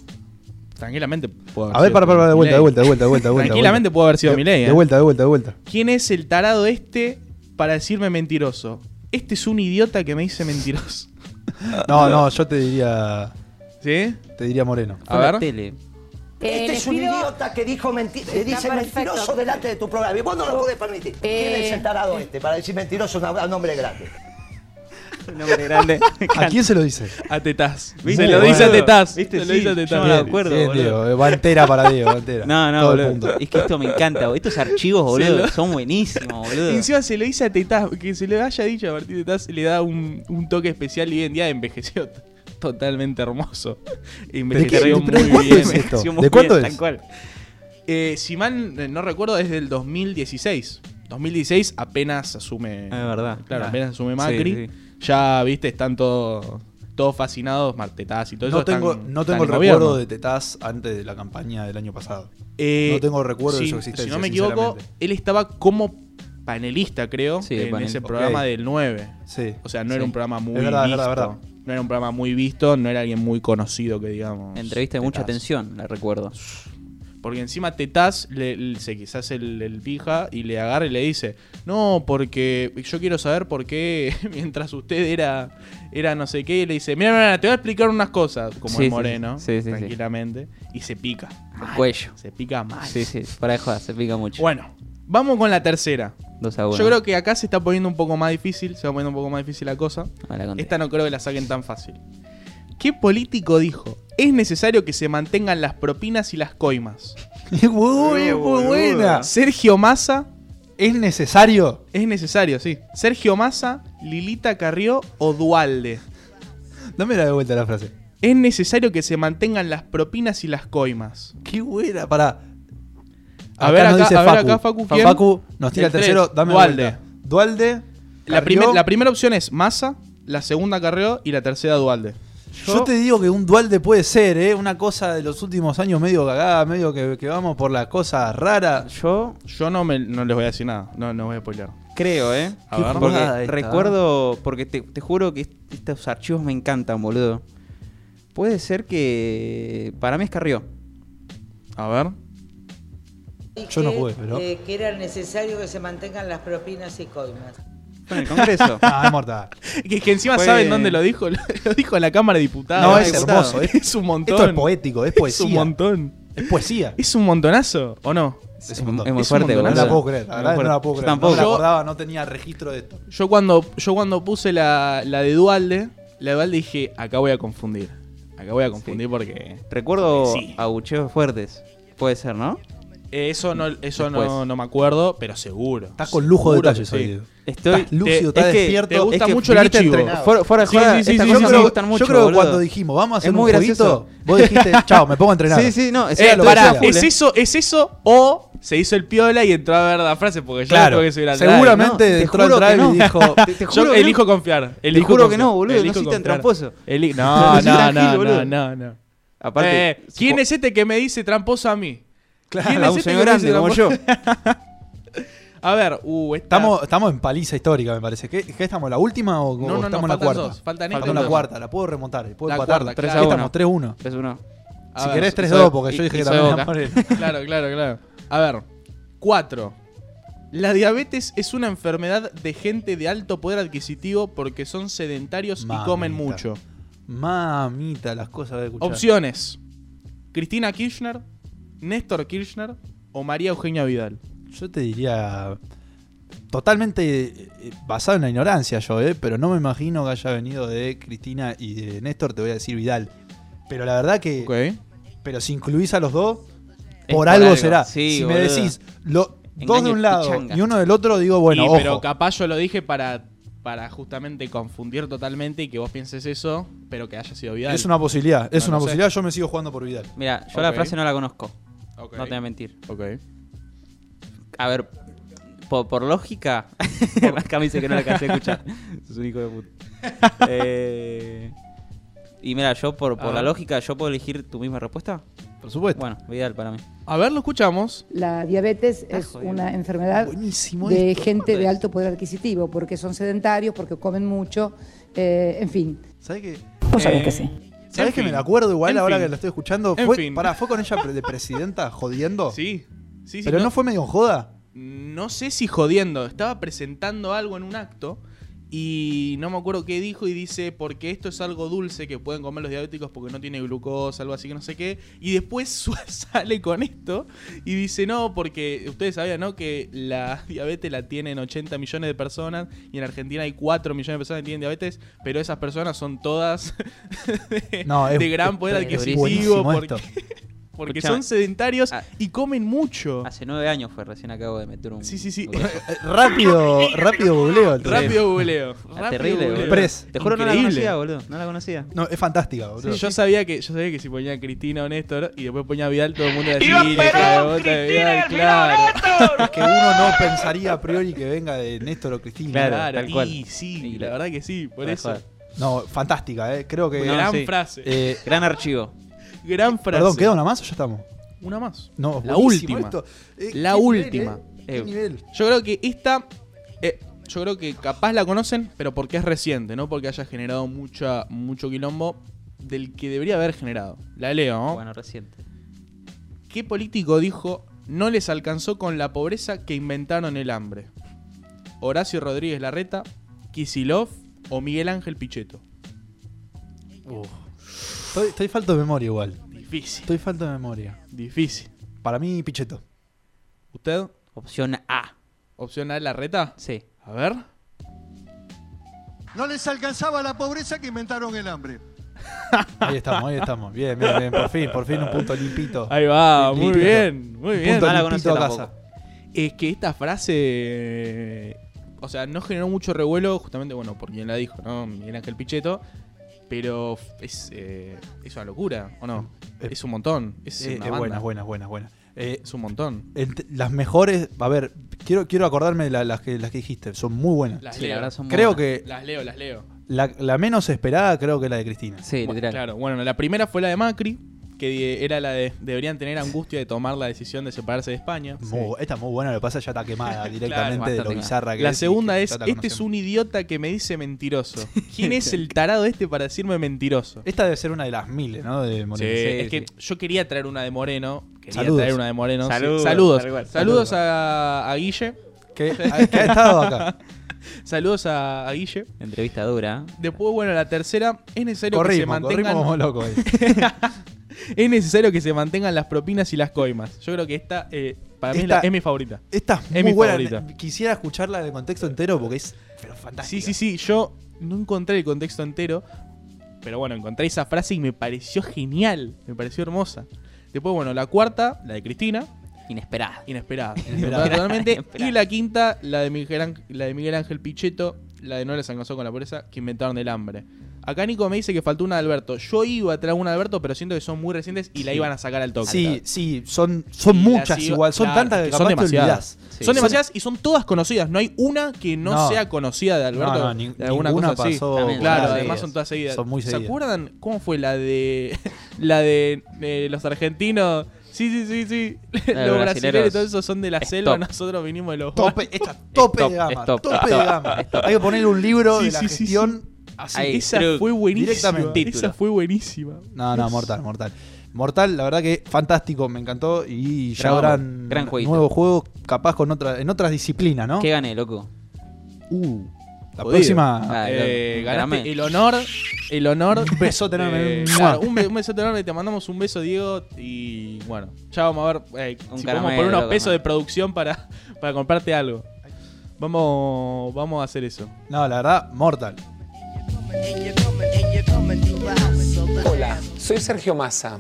[SPEAKER 5] Tranquilamente puede haber
[SPEAKER 3] A ver,
[SPEAKER 5] sido
[SPEAKER 3] para, para, para, de
[SPEAKER 5] Milei.
[SPEAKER 3] vuelta, de vuelta, de vuelta, de vuelta. de vuelta,
[SPEAKER 5] Tranquilamente
[SPEAKER 3] de
[SPEAKER 5] pudo haber sido
[SPEAKER 3] vuelta.
[SPEAKER 5] Milei.
[SPEAKER 3] De
[SPEAKER 5] eh.
[SPEAKER 3] vuelta, de vuelta, de vuelta.
[SPEAKER 5] ¿Quién es el tarado este para decirme mentiroso? Este es un idiota que me dice mentiroso. *laughs*
[SPEAKER 3] No, no, yo te diría.
[SPEAKER 5] ¿Sí?
[SPEAKER 3] Te diría
[SPEAKER 5] *laughs*
[SPEAKER 3] Moreno.
[SPEAKER 5] A
[SPEAKER 4] Fue la
[SPEAKER 5] ver.
[SPEAKER 4] Tele.
[SPEAKER 8] Eh,
[SPEAKER 9] Este
[SPEAKER 8] les
[SPEAKER 9] es un
[SPEAKER 8] pido-
[SPEAKER 9] idiota que dijo menti que
[SPEAKER 8] Está
[SPEAKER 9] dice
[SPEAKER 8] perfecto. Oh, eh,
[SPEAKER 9] mentiroso delante de tu programa. Y vos no lo podés permitir. ¿Quién es el tarado este para decir mentiroso a un hombre grande?
[SPEAKER 4] Nombre grande.
[SPEAKER 3] ¿A quién se lo dice?
[SPEAKER 5] A Tetaz.
[SPEAKER 4] ¿Viste?
[SPEAKER 5] Se lo
[SPEAKER 4] Bueno.
[SPEAKER 5] dice a Tetaz.
[SPEAKER 4] ¿Viste?
[SPEAKER 5] Se lo
[SPEAKER 4] Sí,
[SPEAKER 5] dice a Tetaz.
[SPEAKER 4] yo me la acuerdo.
[SPEAKER 3] Bien,
[SPEAKER 4] boludo.
[SPEAKER 3] Diego, eh, va entera para Diego, va entera.
[SPEAKER 4] No, no,
[SPEAKER 3] Todo el
[SPEAKER 4] boludo.
[SPEAKER 3] punto.
[SPEAKER 4] Es que esto me encanta, boludo. Estos archivos, boludo,
[SPEAKER 5] lo-
[SPEAKER 4] son buenísimos, boludo.
[SPEAKER 5] Encima se lo dice a Tetaz. Que se le haya dicho a Martín Tetaz le da un, un toque especial y hoy en día envejeció t- totalmente hermoso. Envejeció
[SPEAKER 3] qué?
[SPEAKER 5] muy
[SPEAKER 3] ¿Pero de cuánto
[SPEAKER 5] bien.
[SPEAKER 3] es esto?
[SPEAKER 4] Encima
[SPEAKER 3] ¿De
[SPEAKER 4] muy
[SPEAKER 3] cuánto
[SPEAKER 4] bien,
[SPEAKER 3] es?
[SPEAKER 4] tal cual.
[SPEAKER 5] Eh, si mal eh, no recuerdo, es del 2016. 2016 apenas asume.
[SPEAKER 4] Ah, es verdad.
[SPEAKER 5] Claro,
[SPEAKER 4] Ah.
[SPEAKER 5] apenas asume
[SPEAKER 4] Sí,
[SPEAKER 5] Macri.
[SPEAKER 4] sí.
[SPEAKER 5] Ya, viste, están todos todos fascinados, martetaz y todo eso.
[SPEAKER 3] No tengo,
[SPEAKER 5] están-
[SPEAKER 3] no
[SPEAKER 5] están
[SPEAKER 3] tengo el
[SPEAKER 5] en
[SPEAKER 3] recuerdo
[SPEAKER 5] gobierno.
[SPEAKER 3] de Tetaz antes de la campaña del año pasado.
[SPEAKER 5] Eh,
[SPEAKER 3] no tengo recuerdo de
[SPEAKER 5] si-
[SPEAKER 3] su existencia,
[SPEAKER 5] Si no me equivoco,
[SPEAKER 3] sinceramente.
[SPEAKER 5] él estaba como panelista, creo,
[SPEAKER 4] Sí,
[SPEAKER 5] en
[SPEAKER 4] panel-
[SPEAKER 5] ese
[SPEAKER 4] ok.
[SPEAKER 5] programa del 9.
[SPEAKER 3] Sí.
[SPEAKER 5] O sea, no
[SPEAKER 4] Sí.
[SPEAKER 5] era un programa muy
[SPEAKER 3] Es verdad, es
[SPEAKER 5] visto.
[SPEAKER 3] verdad, es verdad.
[SPEAKER 5] No era un programa muy visto, no era alguien muy conocido que digamos.
[SPEAKER 4] Entrevista de mucha
[SPEAKER 5] Tetaz.
[SPEAKER 4] atención, la recuerdo.
[SPEAKER 5] Porque encima Tetaz le, le- se quizás el, el pija y le agarra y le dice, no, porque yo quiero saber por qué *laughs* mientras usted era, era no sé qué, y le dice, mira, mira, te voy a explicar unas cosas, como
[SPEAKER 4] Sí,
[SPEAKER 5] es
[SPEAKER 4] sí,
[SPEAKER 5] moreno,
[SPEAKER 4] sí, sí, sí.
[SPEAKER 5] tranquilamente, y se pica,
[SPEAKER 4] El cuello.
[SPEAKER 5] se pica más.
[SPEAKER 4] Sí, sí, para de joder, se pica mucho.
[SPEAKER 5] Bueno, vamos con la tercera.
[SPEAKER 4] Dos a uno.
[SPEAKER 5] Yo creo que acá se está poniendo un poco más difícil, se va poniendo un poco más difícil la cosa.
[SPEAKER 4] Me Ah, la conté.
[SPEAKER 5] Esta no creo que la saquen tan fácil. ¿Qué político dijo? Es necesario que se mantengan las propinas y las coimas.
[SPEAKER 3] *laughs* Uy, es muy buena.
[SPEAKER 5] Sergio Massa,
[SPEAKER 3] ¿Es necesario?
[SPEAKER 5] Es necesario, sí. Sergio Massa, Lilita Carrió o Dualde.
[SPEAKER 3] Dame la de vuelta la frase.
[SPEAKER 5] Es necesario que se mantengan las propinas y las coimas.
[SPEAKER 3] Qué buena, pará.
[SPEAKER 5] A ver
[SPEAKER 3] nos
[SPEAKER 5] acá-
[SPEAKER 3] dice
[SPEAKER 5] a ver acá, Facu, ¿quién?
[SPEAKER 3] nos tira
[SPEAKER 5] El
[SPEAKER 3] el tercero,
[SPEAKER 5] tres,
[SPEAKER 3] dame
[SPEAKER 5] Dualde.
[SPEAKER 3] la vuelta. Dualde.
[SPEAKER 5] La,
[SPEAKER 3] Carrió.
[SPEAKER 5] primer- la primera opción es Massa, la segunda Carrió y la tercera Dualde. dijo.
[SPEAKER 3] Yo te digo que un dualde puede ser, ¿eh? Una cosa de los últimos años medio cagada, medio que, que vamos por las cosas raras.
[SPEAKER 4] Yo
[SPEAKER 5] Yo no, me, no les voy a decir nada. No, no voy a spoilear.
[SPEAKER 4] creo, ¿eh?
[SPEAKER 5] A ver.
[SPEAKER 4] Porque
[SPEAKER 3] jugada esta,
[SPEAKER 4] recuerdo, porque te, te juro que est- estos archivos me encantan, boludo. Puede ser que para mí es Carrió.
[SPEAKER 5] A ver.
[SPEAKER 3] Yo no jugué, pero-
[SPEAKER 8] eh, que era necesario que se mantengan las propinas y coimas.
[SPEAKER 4] Fue en el *laughs* Congreso.
[SPEAKER 3] Ah, es
[SPEAKER 5] *laughs*
[SPEAKER 3] mortal.
[SPEAKER 5] Que, que encima
[SPEAKER 4] Fue-
[SPEAKER 5] saben dónde lo dijo. *laughs* Lo dijo en la Cámara de Diputados.
[SPEAKER 3] No, es
[SPEAKER 5] *laughs*
[SPEAKER 4] diputado.
[SPEAKER 3] hermoso. Es,
[SPEAKER 5] Ah, Es un montón.
[SPEAKER 3] Esto es poético, es
[SPEAKER 5] Es un
[SPEAKER 3] poesía. Es,
[SPEAKER 5] montón.
[SPEAKER 3] poesía.
[SPEAKER 5] Es un montonazo, ¿o no?
[SPEAKER 3] Es un montón.
[SPEAKER 4] Es muy
[SPEAKER 5] Es un
[SPEAKER 4] fuerte,
[SPEAKER 3] No
[SPEAKER 5] montonazo.
[SPEAKER 4] boludo.
[SPEAKER 3] la puedo creer, la
[SPEAKER 4] Muy
[SPEAKER 3] verdad que no
[SPEAKER 4] fuerte.
[SPEAKER 3] la puedo
[SPEAKER 4] Yo
[SPEAKER 3] creer.
[SPEAKER 4] Tampoco.
[SPEAKER 3] No me la acordaba, no tenía registro de esto.
[SPEAKER 5] Yo cuando, yo cuando puse la, la de Dualde, la de Dualde dije, acá voy a confundir. Acá voy a confundir porque.
[SPEAKER 4] Recuerdo
[SPEAKER 5] Sí.
[SPEAKER 4] abucheos fuertes. Puede ser, ¿no?
[SPEAKER 5] Eh, eso no, eso no,
[SPEAKER 4] Después.
[SPEAKER 5] no me acuerdo, pero seguro.
[SPEAKER 3] Estás con lujo de
[SPEAKER 5] Seguro
[SPEAKER 3] detalles
[SPEAKER 5] que sí.
[SPEAKER 3] hoy.
[SPEAKER 5] Eh,
[SPEAKER 3] Diego.
[SPEAKER 4] Estoy
[SPEAKER 3] Estás lúcido,
[SPEAKER 4] te-
[SPEAKER 3] estás
[SPEAKER 4] es que
[SPEAKER 3] despierto.
[SPEAKER 5] Te gusta
[SPEAKER 4] es que
[SPEAKER 5] mucho el
[SPEAKER 4] viniste
[SPEAKER 5] archivo.
[SPEAKER 4] entrenado. Fuera, fuera de
[SPEAKER 5] Sí,
[SPEAKER 4] joda,
[SPEAKER 5] sí, sí,
[SPEAKER 4] estas
[SPEAKER 5] sí,
[SPEAKER 3] yo,
[SPEAKER 5] sí, sí.
[SPEAKER 4] cosas me
[SPEAKER 3] creo,
[SPEAKER 4] gustan mucho.
[SPEAKER 3] yo creo que
[SPEAKER 4] boludo.
[SPEAKER 3] cuando dijimos, vamos a hacer
[SPEAKER 4] Es
[SPEAKER 3] un
[SPEAKER 4] muy
[SPEAKER 3] jueguito,
[SPEAKER 4] gracioso.
[SPEAKER 3] vos
[SPEAKER 4] *laughs*
[SPEAKER 3] dijiste, chao, me pongo a entrenar.
[SPEAKER 4] Sí, sí, no, es
[SPEAKER 3] Era
[SPEAKER 5] Eh,
[SPEAKER 3] lo que
[SPEAKER 5] pará,
[SPEAKER 3] decía.
[SPEAKER 5] ¿es eso, ¿es eso o se hizo el piola y entró a ver la frase? Porque yo
[SPEAKER 3] Claro,
[SPEAKER 5] tengo que subir al drive.
[SPEAKER 3] seguramente
[SPEAKER 4] No, te
[SPEAKER 3] entró al
[SPEAKER 4] juro que
[SPEAKER 3] drive
[SPEAKER 4] no.
[SPEAKER 3] y dijo,
[SPEAKER 4] *laughs* Te- te juro
[SPEAKER 5] Yo
[SPEAKER 4] que no.
[SPEAKER 5] elijo confiar. elijo
[SPEAKER 4] juro que
[SPEAKER 5] confiar,
[SPEAKER 4] no, boludo, no
[SPEAKER 5] elijo
[SPEAKER 4] seas tan
[SPEAKER 5] confiar.
[SPEAKER 4] tramposo. *laughs*
[SPEAKER 5] Eli- no,
[SPEAKER 4] No seas
[SPEAKER 5] no,
[SPEAKER 4] tan
[SPEAKER 5] no,
[SPEAKER 4] gil,
[SPEAKER 5] no,
[SPEAKER 4] boludo.
[SPEAKER 5] no, no.
[SPEAKER 4] Aparte,
[SPEAKER 5] Eh, ¿Quién
[SPEAKER 4] *laughs*
[SPEAKER 5] es este que me dice tramposo a mí? ¿Quién este
[SPEAKER 4] a un señor grande como yo?
[SPEAKER 5] *laughs* A ver, uh, esta-
[SPEAKER 3] estamos, estamos en paliza histórica, me parece. ¿Qué, qué estamos, la última o, o
[SPEAKER 5] No, no, no,
[SPEAKER 3] estamos en la
[SPEAKER 5] faltan
[SPEAKER 3] cuarta?
[SPEAKER 5] dos, faltan
[SPEAKER 3] Estamos
[SPEAKER 5] estas
[SPEAKER 3] en la
[SPEAKER 5] dos.
[SPEAKER 3] cuarta, la puedo remontar, puedo
[SPEAKER 5] La
[SPEAKER 3] empatar.
[SPEAKER 5] cuarta,
[SPEAKER 3] ¿Qué
[SPEAKER 5] claro.
[SPEAKER 3] estamos? 3-1.
[SPEAKER 4] *laughs* Es uno.
[SPEAKER 5] A
[SPEAKER 3] Si
[SPEAKER 5] ver,
[SPEAKER 3] querés
[SPEAKER 5] y
[SPEAKER 3] 3-2,
[SPEAKER 5] soy-
[SPEAKER 3] porque yo
[SPEAKER 5] y-
[SPEAKER 3] dije
[SPEAKER 5] y
[SPEAKER 3] que
[SPEAKER 5] soy
[SPEAKER 3] también
[SPEAKER 5] Boca.
[SPEAKER 3] era
[SPEAKER 5] *laughs*
[SPEAKER 3] Moreno.
[SPEAKER 5] Claro, claro, claro. A ver, cuatro. La diabetes es una enfermedad de gente de alto poder adquisitivo porque son sedentarios
[SPEAKER 3] Mamita.
[SPEAKER 5] y comen mucho.
[SPEAKER 3] Mamita, las cosas de escuchar.
[SPEAKER 5] Opciones: Cristina Kirchner, Néstor Kirchner o María Eugenia Vidal.
[SPEAKER 3] Yo te diría. Totalmente eh, eh, basado en la ignorancia, yo, eh, pero no me imagino que haya venido de Cristina y de Néstor, te voy a decir Vidal. Pero la verdad que. Pero si incluís a los dos,
[SPEAKER 4] Es
[SPEAKER 3] por
[SPEAKER 4] por
[SPEAKER 3] algo,
[SPEAKER 4] algo,
[SPEAKER 3] será.
[SPEAKER 4] sí,
[SPEAKER 3] si me
[SPEAKER 4] boludo.
[SPEAKER 3] decís lo- dos de
[SPEAKER 4] Engaño
[SPEAKER 3] un lado
[SPEAKER 4] pichanga.
[SPEAKER 3] y uno del otro, digo, bueno,
[SPEAKER 5] Y,
[SPEAKER 3] ojo.
[SPEAKER 5] pero capaz yo lo dije para, para justamente confundir totalmente y que vos pienses eso, pero que haya sido Vidal.
[SPEAKER 3] es una posibilidad, es
[SPEAKER 5] No,
[SPEAKER 3] una
[SPEAKER 5] no sé.
[SPEAKER 3] posibilidad. Yo me sigo jugando por Vidal.
[SPEAKER 4] Mira, yo la
[SPEAKER 5] Ok.
[SPEAKER 4] frase no la conozco.
[SPEAKER 5] Ok.
[SPEAKER 4] No te voy a mentir.
[SPEAKER 5] Ok.
[SPEAKER 4] A ver, po-
[SPEAKER 5] *laughs*
[SPEAKER 4] por lógica. *laughs* Acá me dice que no la alcancé a escuchar. Es un hijo de puta. Eh, y mira, yo por, por
[SPEAKER 5] A
[SPEAKER 4] la
[SPEAKER 5] ver.
[SPEAKER 4] lógica, ¿yo puedo elegir tu misma respuesta?
[SPEAKER 3] Por supuesto.
[SPEAKER 4] Bueno, Vidal para mí.
[SPEAKER 5] A ver, lo escuchamos.
[SPEAKER 10] La diabetes es
[SPEAKER 4] jodiendo.
[SPEAKER 10] una enfermedad
[SPEAKER 3] Buenísimo ¿eh?
[SPEAKER 10] de
[SPEAKER 3] esto.
[SPEAKER 10] gente de alto poder adquisitivo, porque son sedentarios, porque comen mucho, eh, en fin.
[SPEAKER 3] ¿Sabes qué?
[SPEAKER 10] Vos sabés
[SPEAKER 5] Eh,
[SPEAKER 10] que sí.
[SPEAKER 3] ¿Sabés
[SPEAKER 5] en
[SPEAKER 3] que me
[SPEAKER 5] fin.
[SPEAKER 3] la acuerdo igual
[SPEAKER 5] En
[SPEAKER 3] ahora
[SPEAKER 5] fin.
[SPEAKER 3] que la estoy escuchando?
[SPEAKER 5] En
[SPEAKER 3] Fue,
[SPEAKER 5] fin.
[SPEAKER 3] pará, ¿fue con ella pre- de presidenta jodiendo?
[SPEAKER 5] Sí. Sí, sí,
[SPEAKER 3] Pero no,
[SPEAKER 5] no-
[SPEAKER 3] fue medio en joda.
[SPEAKER 5] no sé si jodiendo, estaba presentando algo en un acto y no me acuerdo qué dijo y dice, porque esto es algo dulce que pueden comer los diabéticos porque no tiene glucosa, algo así que no sé qué. Y después *laughs* su- sale con esto y dice, no, porque ustedes sabían, ¿no? Que la *laughs* diabetes la tienen 80 millones de personas y en Argentina hay 4 millones de personas que tienen diabetes, pero esas personas son todas *laughs* de,
[SPEAKER 3] No, es-
[SPEAKER 5] de gran poder
[SPEAKER 3] es
[SPEAKER 5] adquisitivo
[SPEAKER 3] buenísimo
[SPEAKER 5] porque,
[SPEAKER 3] esto.
[SPEAKER 5] porque son
[SPEAKER 4] Escuchame.
[SPEAKER 5] sedentarios
[SPEAKER 4] Ah.
[SPEAKER 5] y comen mucho.
[SPEAKER 4] Hace nueve años fue, recién acabo de meter un.
[SPEAKER 5] Sí, sí, sí. *laughs*
[SPEAKER 4] un golazo.
[SPEAKER 3] Eh, Rápido, rápido googleo. el tema.
[SPEAKER 5] Rápido googleo.
[SPEAKER 4] Ah,
[SPEAKER 5] Rápido
[SPEAKER 4] terrible,
[SPEAKER 5] googleo.
[SPEAKER 4] boludo.
[SPEAKER 3] Express.
[SPEAKER 4] Te juro, no la
[SPEAKER 5] Increíble.
[SPEAKER 4] conocía, boludo. No la conocía.
[SPEAKER 3] No, es fantástica, boludo.
[SPEAKER 5] yo sabía que yo sabía que si ponía Cristina o Néstor y después ponía Vidal todo el mundo decía Vidal, Vidal, claro.
[SPEAKER 3] Es que uno no pensaría a priori que venga de Néstor o Cristina.
[SPEAKER 4] Claro.
[SPEAKER 5] Claro,
[SPEAKER 4] tal cual.
[SPEAKER 5] y sí,
[SPEAKER 4] Y
[SPEAKER 5] la
[SPEAKER 4] la-
[SPEAKER 5] verdad que sí, por
[SPEAKER 4] Para
[SPEAKER 5] eso.
[SPEAKER 4] joder.
[SPEAKER 3] No, fantástica, eh. Creo que.
[SPEAKER 5] gran
[SPEAKER 4] sí.
[SPEAKER 5] frase,
[SPEAKER 3] eh,
[SPEAKER 4] Gran archivo.
[SPEAKER 5] gran frase.
[SPEAKER 3] perdón, ¿queda una más o ya estamos?
[SPEAKER 5] Una más.
[SPEAKER 3] No,
[SPEAKER 5] la
[SPEAKER 3] buenísimo
[SPEAKER 5] última.
[SPEAKER 3] esto. Eh,
[SPEAKER 5] La
[SPEAKER 3] qué
[SPEAKER 5] última.
[SPEAKER 3] nivel, eh. Qué
[SPEAKER 4] Eh,
[SPEAKER 3] nivel.
[SPEAKER 5] Yo creo que esta eh, yo creo que capaz la conocen, pero porque es reciente, no porque haya generado mucha mucho quilombo del que debería haber generado. La leo, ¿no?
[SPEAKER 4] Bueno, reciente.
[SPEAKER 5] ¿Qué político dijo no les alcanzó con la pobreza que inventaron el hambre? Horacio Rodríguez Larreta, Kisilov o Miguel Ángel Pichetto.
[SPEAKER 3] Estoy, estoy falto de memoria igual.
[SPEAKER 5] Difícil.
[SPEAKER 3] Estoy falto de memoria.
[SPEAKER 5] Difícil.
[SPEAKER 3] Para mí, Picheto.
[SPEAKER 5] ¿Usted?
[SPEAKER 4] Opción A.
[SPEAKER 5] Opción A, Larreta.
[SPEAKER 4] Sí.
[SPEAKER 5] A ver.
[SPEAKER 11] No les alcanzaba la pobreza que inventaron el hambre.
[SPEAKER 3] Ahí estamos, ahí estamos. Bien, bien, bien. Por fin, por fin un punto limpito.
[SPEAKER 5] Ahí va, Ah, muy
[SPEAKER 3] Limpito.
[SPEAKER 5] bien, muy
[SPEAKER 3] Este,
[SPEAKER 5] bien.
[SPEAKER 3] Punto
[SPEAKER 4] No la
[SPEAKER 3] limpito a
[SPEAKER 4] conocía
[SPEAKER 3] casa.
[SPEAKER 5] Es que esta frase. eh, O sea, no generó mucho revuelo, justamente, bueno, por quien la dijo, ¿no? Miguel Ángel Pichetto. Pero f- es, eh, es una locura, ¿o no?
[SPEAKER 3] Eh,
[SPEAKER 5] Es un montón. Es,
[SPEAKER 3] Eh,
[SPEAKER 5] una
[SPEAKER 3] eh,
[SPEAKER 5] banda.
[SPEAKER 3] buena, buena, buena, buena. Eh,
[SPEAKER 5] Es un montón.
[SPEAKER 3] ent- las mejores, a ver, quiero, quiero acordarme de la- las, que, las que dijiste, son muy buenas.
[SPEAKER 5] Las
[SPEAKER 4] Sí, la
[SPEAKER 5] leo.
[SPEAKER 4] verdad son muy
[SPEAKER 3] Creo
[SPEAKER 4] buenas.
[SPEAKER 3] que
[SPEAKER 5] Las leo, las leo.
[SPEAKER 3] La, la menos esperada creo que la de Cristina.
[SPEAKER 4] Sí,
[SPEAKER 5] Bueno, Claro, bueno, la primera fue la de Macri, que di- era la de deberían tener angustia de tomar la decisión de separarse de España.
[SPEAKER 3] Muy- Esta es muy buena, lo que pasa es que ya está
[SPEAKER 5] *laughs*
[SPEAKER 3] quemada directamente de lo
[SPEAKER 5] bastante
[SPEAKER 3] bizarra que
[SPEAKER 5] La
[SPEAKER 3] es y
[SPEAKER 5] segunda
[SPEAKER 3] que
[SPEAKER 5] es,
[SPEAKER 3] ya la
[SPEAKER 5] este es
[SPEAKER 3] conocemos.
[SPEAKER 5] un idiota que me dice mentiroso. ¿Quién es el tarado este para decirme mentiroso?
[SPEAKER 3] Esta debe ser una de las miles, ¿no? De Moreno.
[SPEAKER 5] Sí, es que yo quería traer una de Moreno. Quería
[SPEAKER 3] Saludos.
[SPEAKER 5] traer una de Moreno. sí.
[SPEAKER 4] Saludos,
[SPEAKER 5] Saludos.
[SPEAKER 4] tal cual.
[SPEAKER 5] Saludos, a, a Guille.
[SPEAKER 3] Que, que ha estado
[SPEAKER 5] *laughs*
[SPEAKER 3] acá.
[SPEAKER 5] Saludos a, a Guille.
[SPEAKER 4] Entrevista dura.
[SPEAKER 5] Después, bueno, la tercera, es necesario que se
[SPEAKER 3] Corrimos, corrimos
[SPEAKER 5] mantengan.
[SPEAKER 3] como
[SPEAKER 5] *laughs*
[SPEAKER 3] locos. ahí.
[SPEAKER 5] Es necesario que se mantengan las propinas y las coimas. Yo creo que esta, eh, para mí, es, la-
[SPEAKER 3] Esta-
[SPEAKER 5] es mi favorita.
[SPEAKER 3] Esta es muy
[SPEAKER 5] mi
[SPEAKER 3] buena.
[SPEAKER 5] favorita.
[SPEAKER 3] Quisiera escucharla de contexto entero porque es pero fantástica.
[SPEAKER 5] Sí, sí, sí. Yo no encontré el contexto entero, pero bueno, encontré esa frase y me pareció genial. Me pareció hermosa. Después, bueno, la cuarta, la de Cristina,
[SPEAKER 4] Inesperada.
[SPEAKER 3] *laughs* Inesperada.
[SPEAKER 5] inesperada. Inesperada totalmente.
[SPEAKER 4] Inesperada.
[SPEAKER 5] Y la quinta, la de Miguel, Ángel- la de Miguel Ángel Pichetto, la de No les alcanzó con la pobreza, que inventaron el hambre. Acá Nico me dice que faltó una de Alberto. Yo iba a traer una de Alberto, pero siento que son muy recientes y la
[SPEAKER 4] Sí.
[SPEAKER 5] iban a sacar al toque.
[SPEAKER 3] Sí, sí, son, son
[SPEAKER 5] Y
[SPEAKER 3] muchas
[SPEAKER 5] las iba-
[SPEAKER 3] igual, son
[SPEAKER 5] claro,
[SPEAKER 3] tantas que,
[SPEAKER 5] es
[SPEAKER 3] capaz te olvidás.
[SPEAKER 5] Son
[SPEAKER 4] Sí.
[SPEAKER 5] Son demasiadas y son todas conocidas. No hay una que no,
[SPEAKER 3] No.
[SPEAKER 5] sea conocida de Alberto.
[SPEAKER 3] No, no, ni-
[SPEAKER 5] de alguna
[SPEAKER 3] ninguna
[SPEAKER 5] cosa así.
[SPEAKER 3] pasó
[SPEAKER 4] También.
[SPEAKER 5] Claro,
[SPEAKER 4] por
[SPEAKER 5] además
[SPEAKER 4] seguidas.
[SPEAKER 5] son todas seguidas.
[SPEAKER 3] Son muy
[SPEAKER 5] ¿Se
[SPEAKER 3] seguidas.
[SPEAKER 5] acuerdan cómo fue la de *laughs* la de eh, los argentinos? Sí, sí, sí, sí. *laughs*
[SPEAKER 4] de
[SPEAKER 5] los
[SPEAKER 4] brasileros.
[SPEAKER 5] brasileños y todo eso son de la
[SPEAKER 4] Es
[SPEAKER 5] selva,
[SPEAKER 4] top.
[SPEAKER 5] nosotros vinimos de los
[SPEAKER 3] Tope, esta
[SPEAKER 5] *laughs*
[SPEAKER 3] tope
[SPEAKER 4] top,
[SPEAKER 3] de
[SPEAKER 4] es
[SPEAKER 3] gama,
[SPEAKER 4] top,
[SPEAKER 3] tope
[SPEAKER 4] es
[SPEAKER 3] de
[SPEAKER 4] top,
[SPEAKER 3] gama.
[SPEAKER 4] es top.
[SPEAKER 3] Hay que poner un libro
[SPEAKER 5] Sí,
[SPEAKER 3] de la
[SPEAKER 5] sí, sí, sí.
[SPEAKER 3] gestión.
[SPEAKER 4] Ahí,
[SPEAKER 5] Esa
[SPEAKER 4] true.
[SPEAKER 5] fue buenísima.
[SPEAKER 3] Directamente.
[SPEAKER 5] Esa fue buenísima.
[SPEAKER 3] No, no, mortal, mortal. Mortal, la verdad que fantástico, me encantó y ya
[SPEAKER 4] Gran
[SPEAKER 3] habrán
[SPEAKER 4] juego, gran jueguito.
[SPEAKER 3] nuevos juegos capaz con otra, en otras disciplinas, ¿no?
[SPEAKER 4] ¿Qué gané, loco?
[SPEAKER 3] Uh, la
[SPEAKER 5] Jodido.
[SPEAKER 3] próxima
[SPEAKER 4] Ah,
[SPEAKER 5] Eh,
[SPEAKER 4] loco,
[SPEAKER 5] ganaste
[SPEAKER 4] ganame.
[SPEAKER 5] el honor, el honor.
[SPEAKER 3] Un besote enorme.
[SPEAKER 5] Eh,
[SPEAKER 3] Mua.
[SPEAKER 5] claro, un, be- un besote enorme, te mandamos un beso, Diego. Y bueno, ya vamos a ver eh,
[SPEAKER 4] Un
[SPEAKER 5] si podemos
[SPEAKER 4] caramelo,
[SPEAKER 5] poner unos
[SPEAKER 4] caramelo.
[SPEAKER 5] pesos de producción para, *laughs* para comprarte algo. Vamos, vamos a hacer eso.
[SPEAKER 3] No, la verdad, mortal.
[SPEAKER 7] Hola, soy Sergio Massa.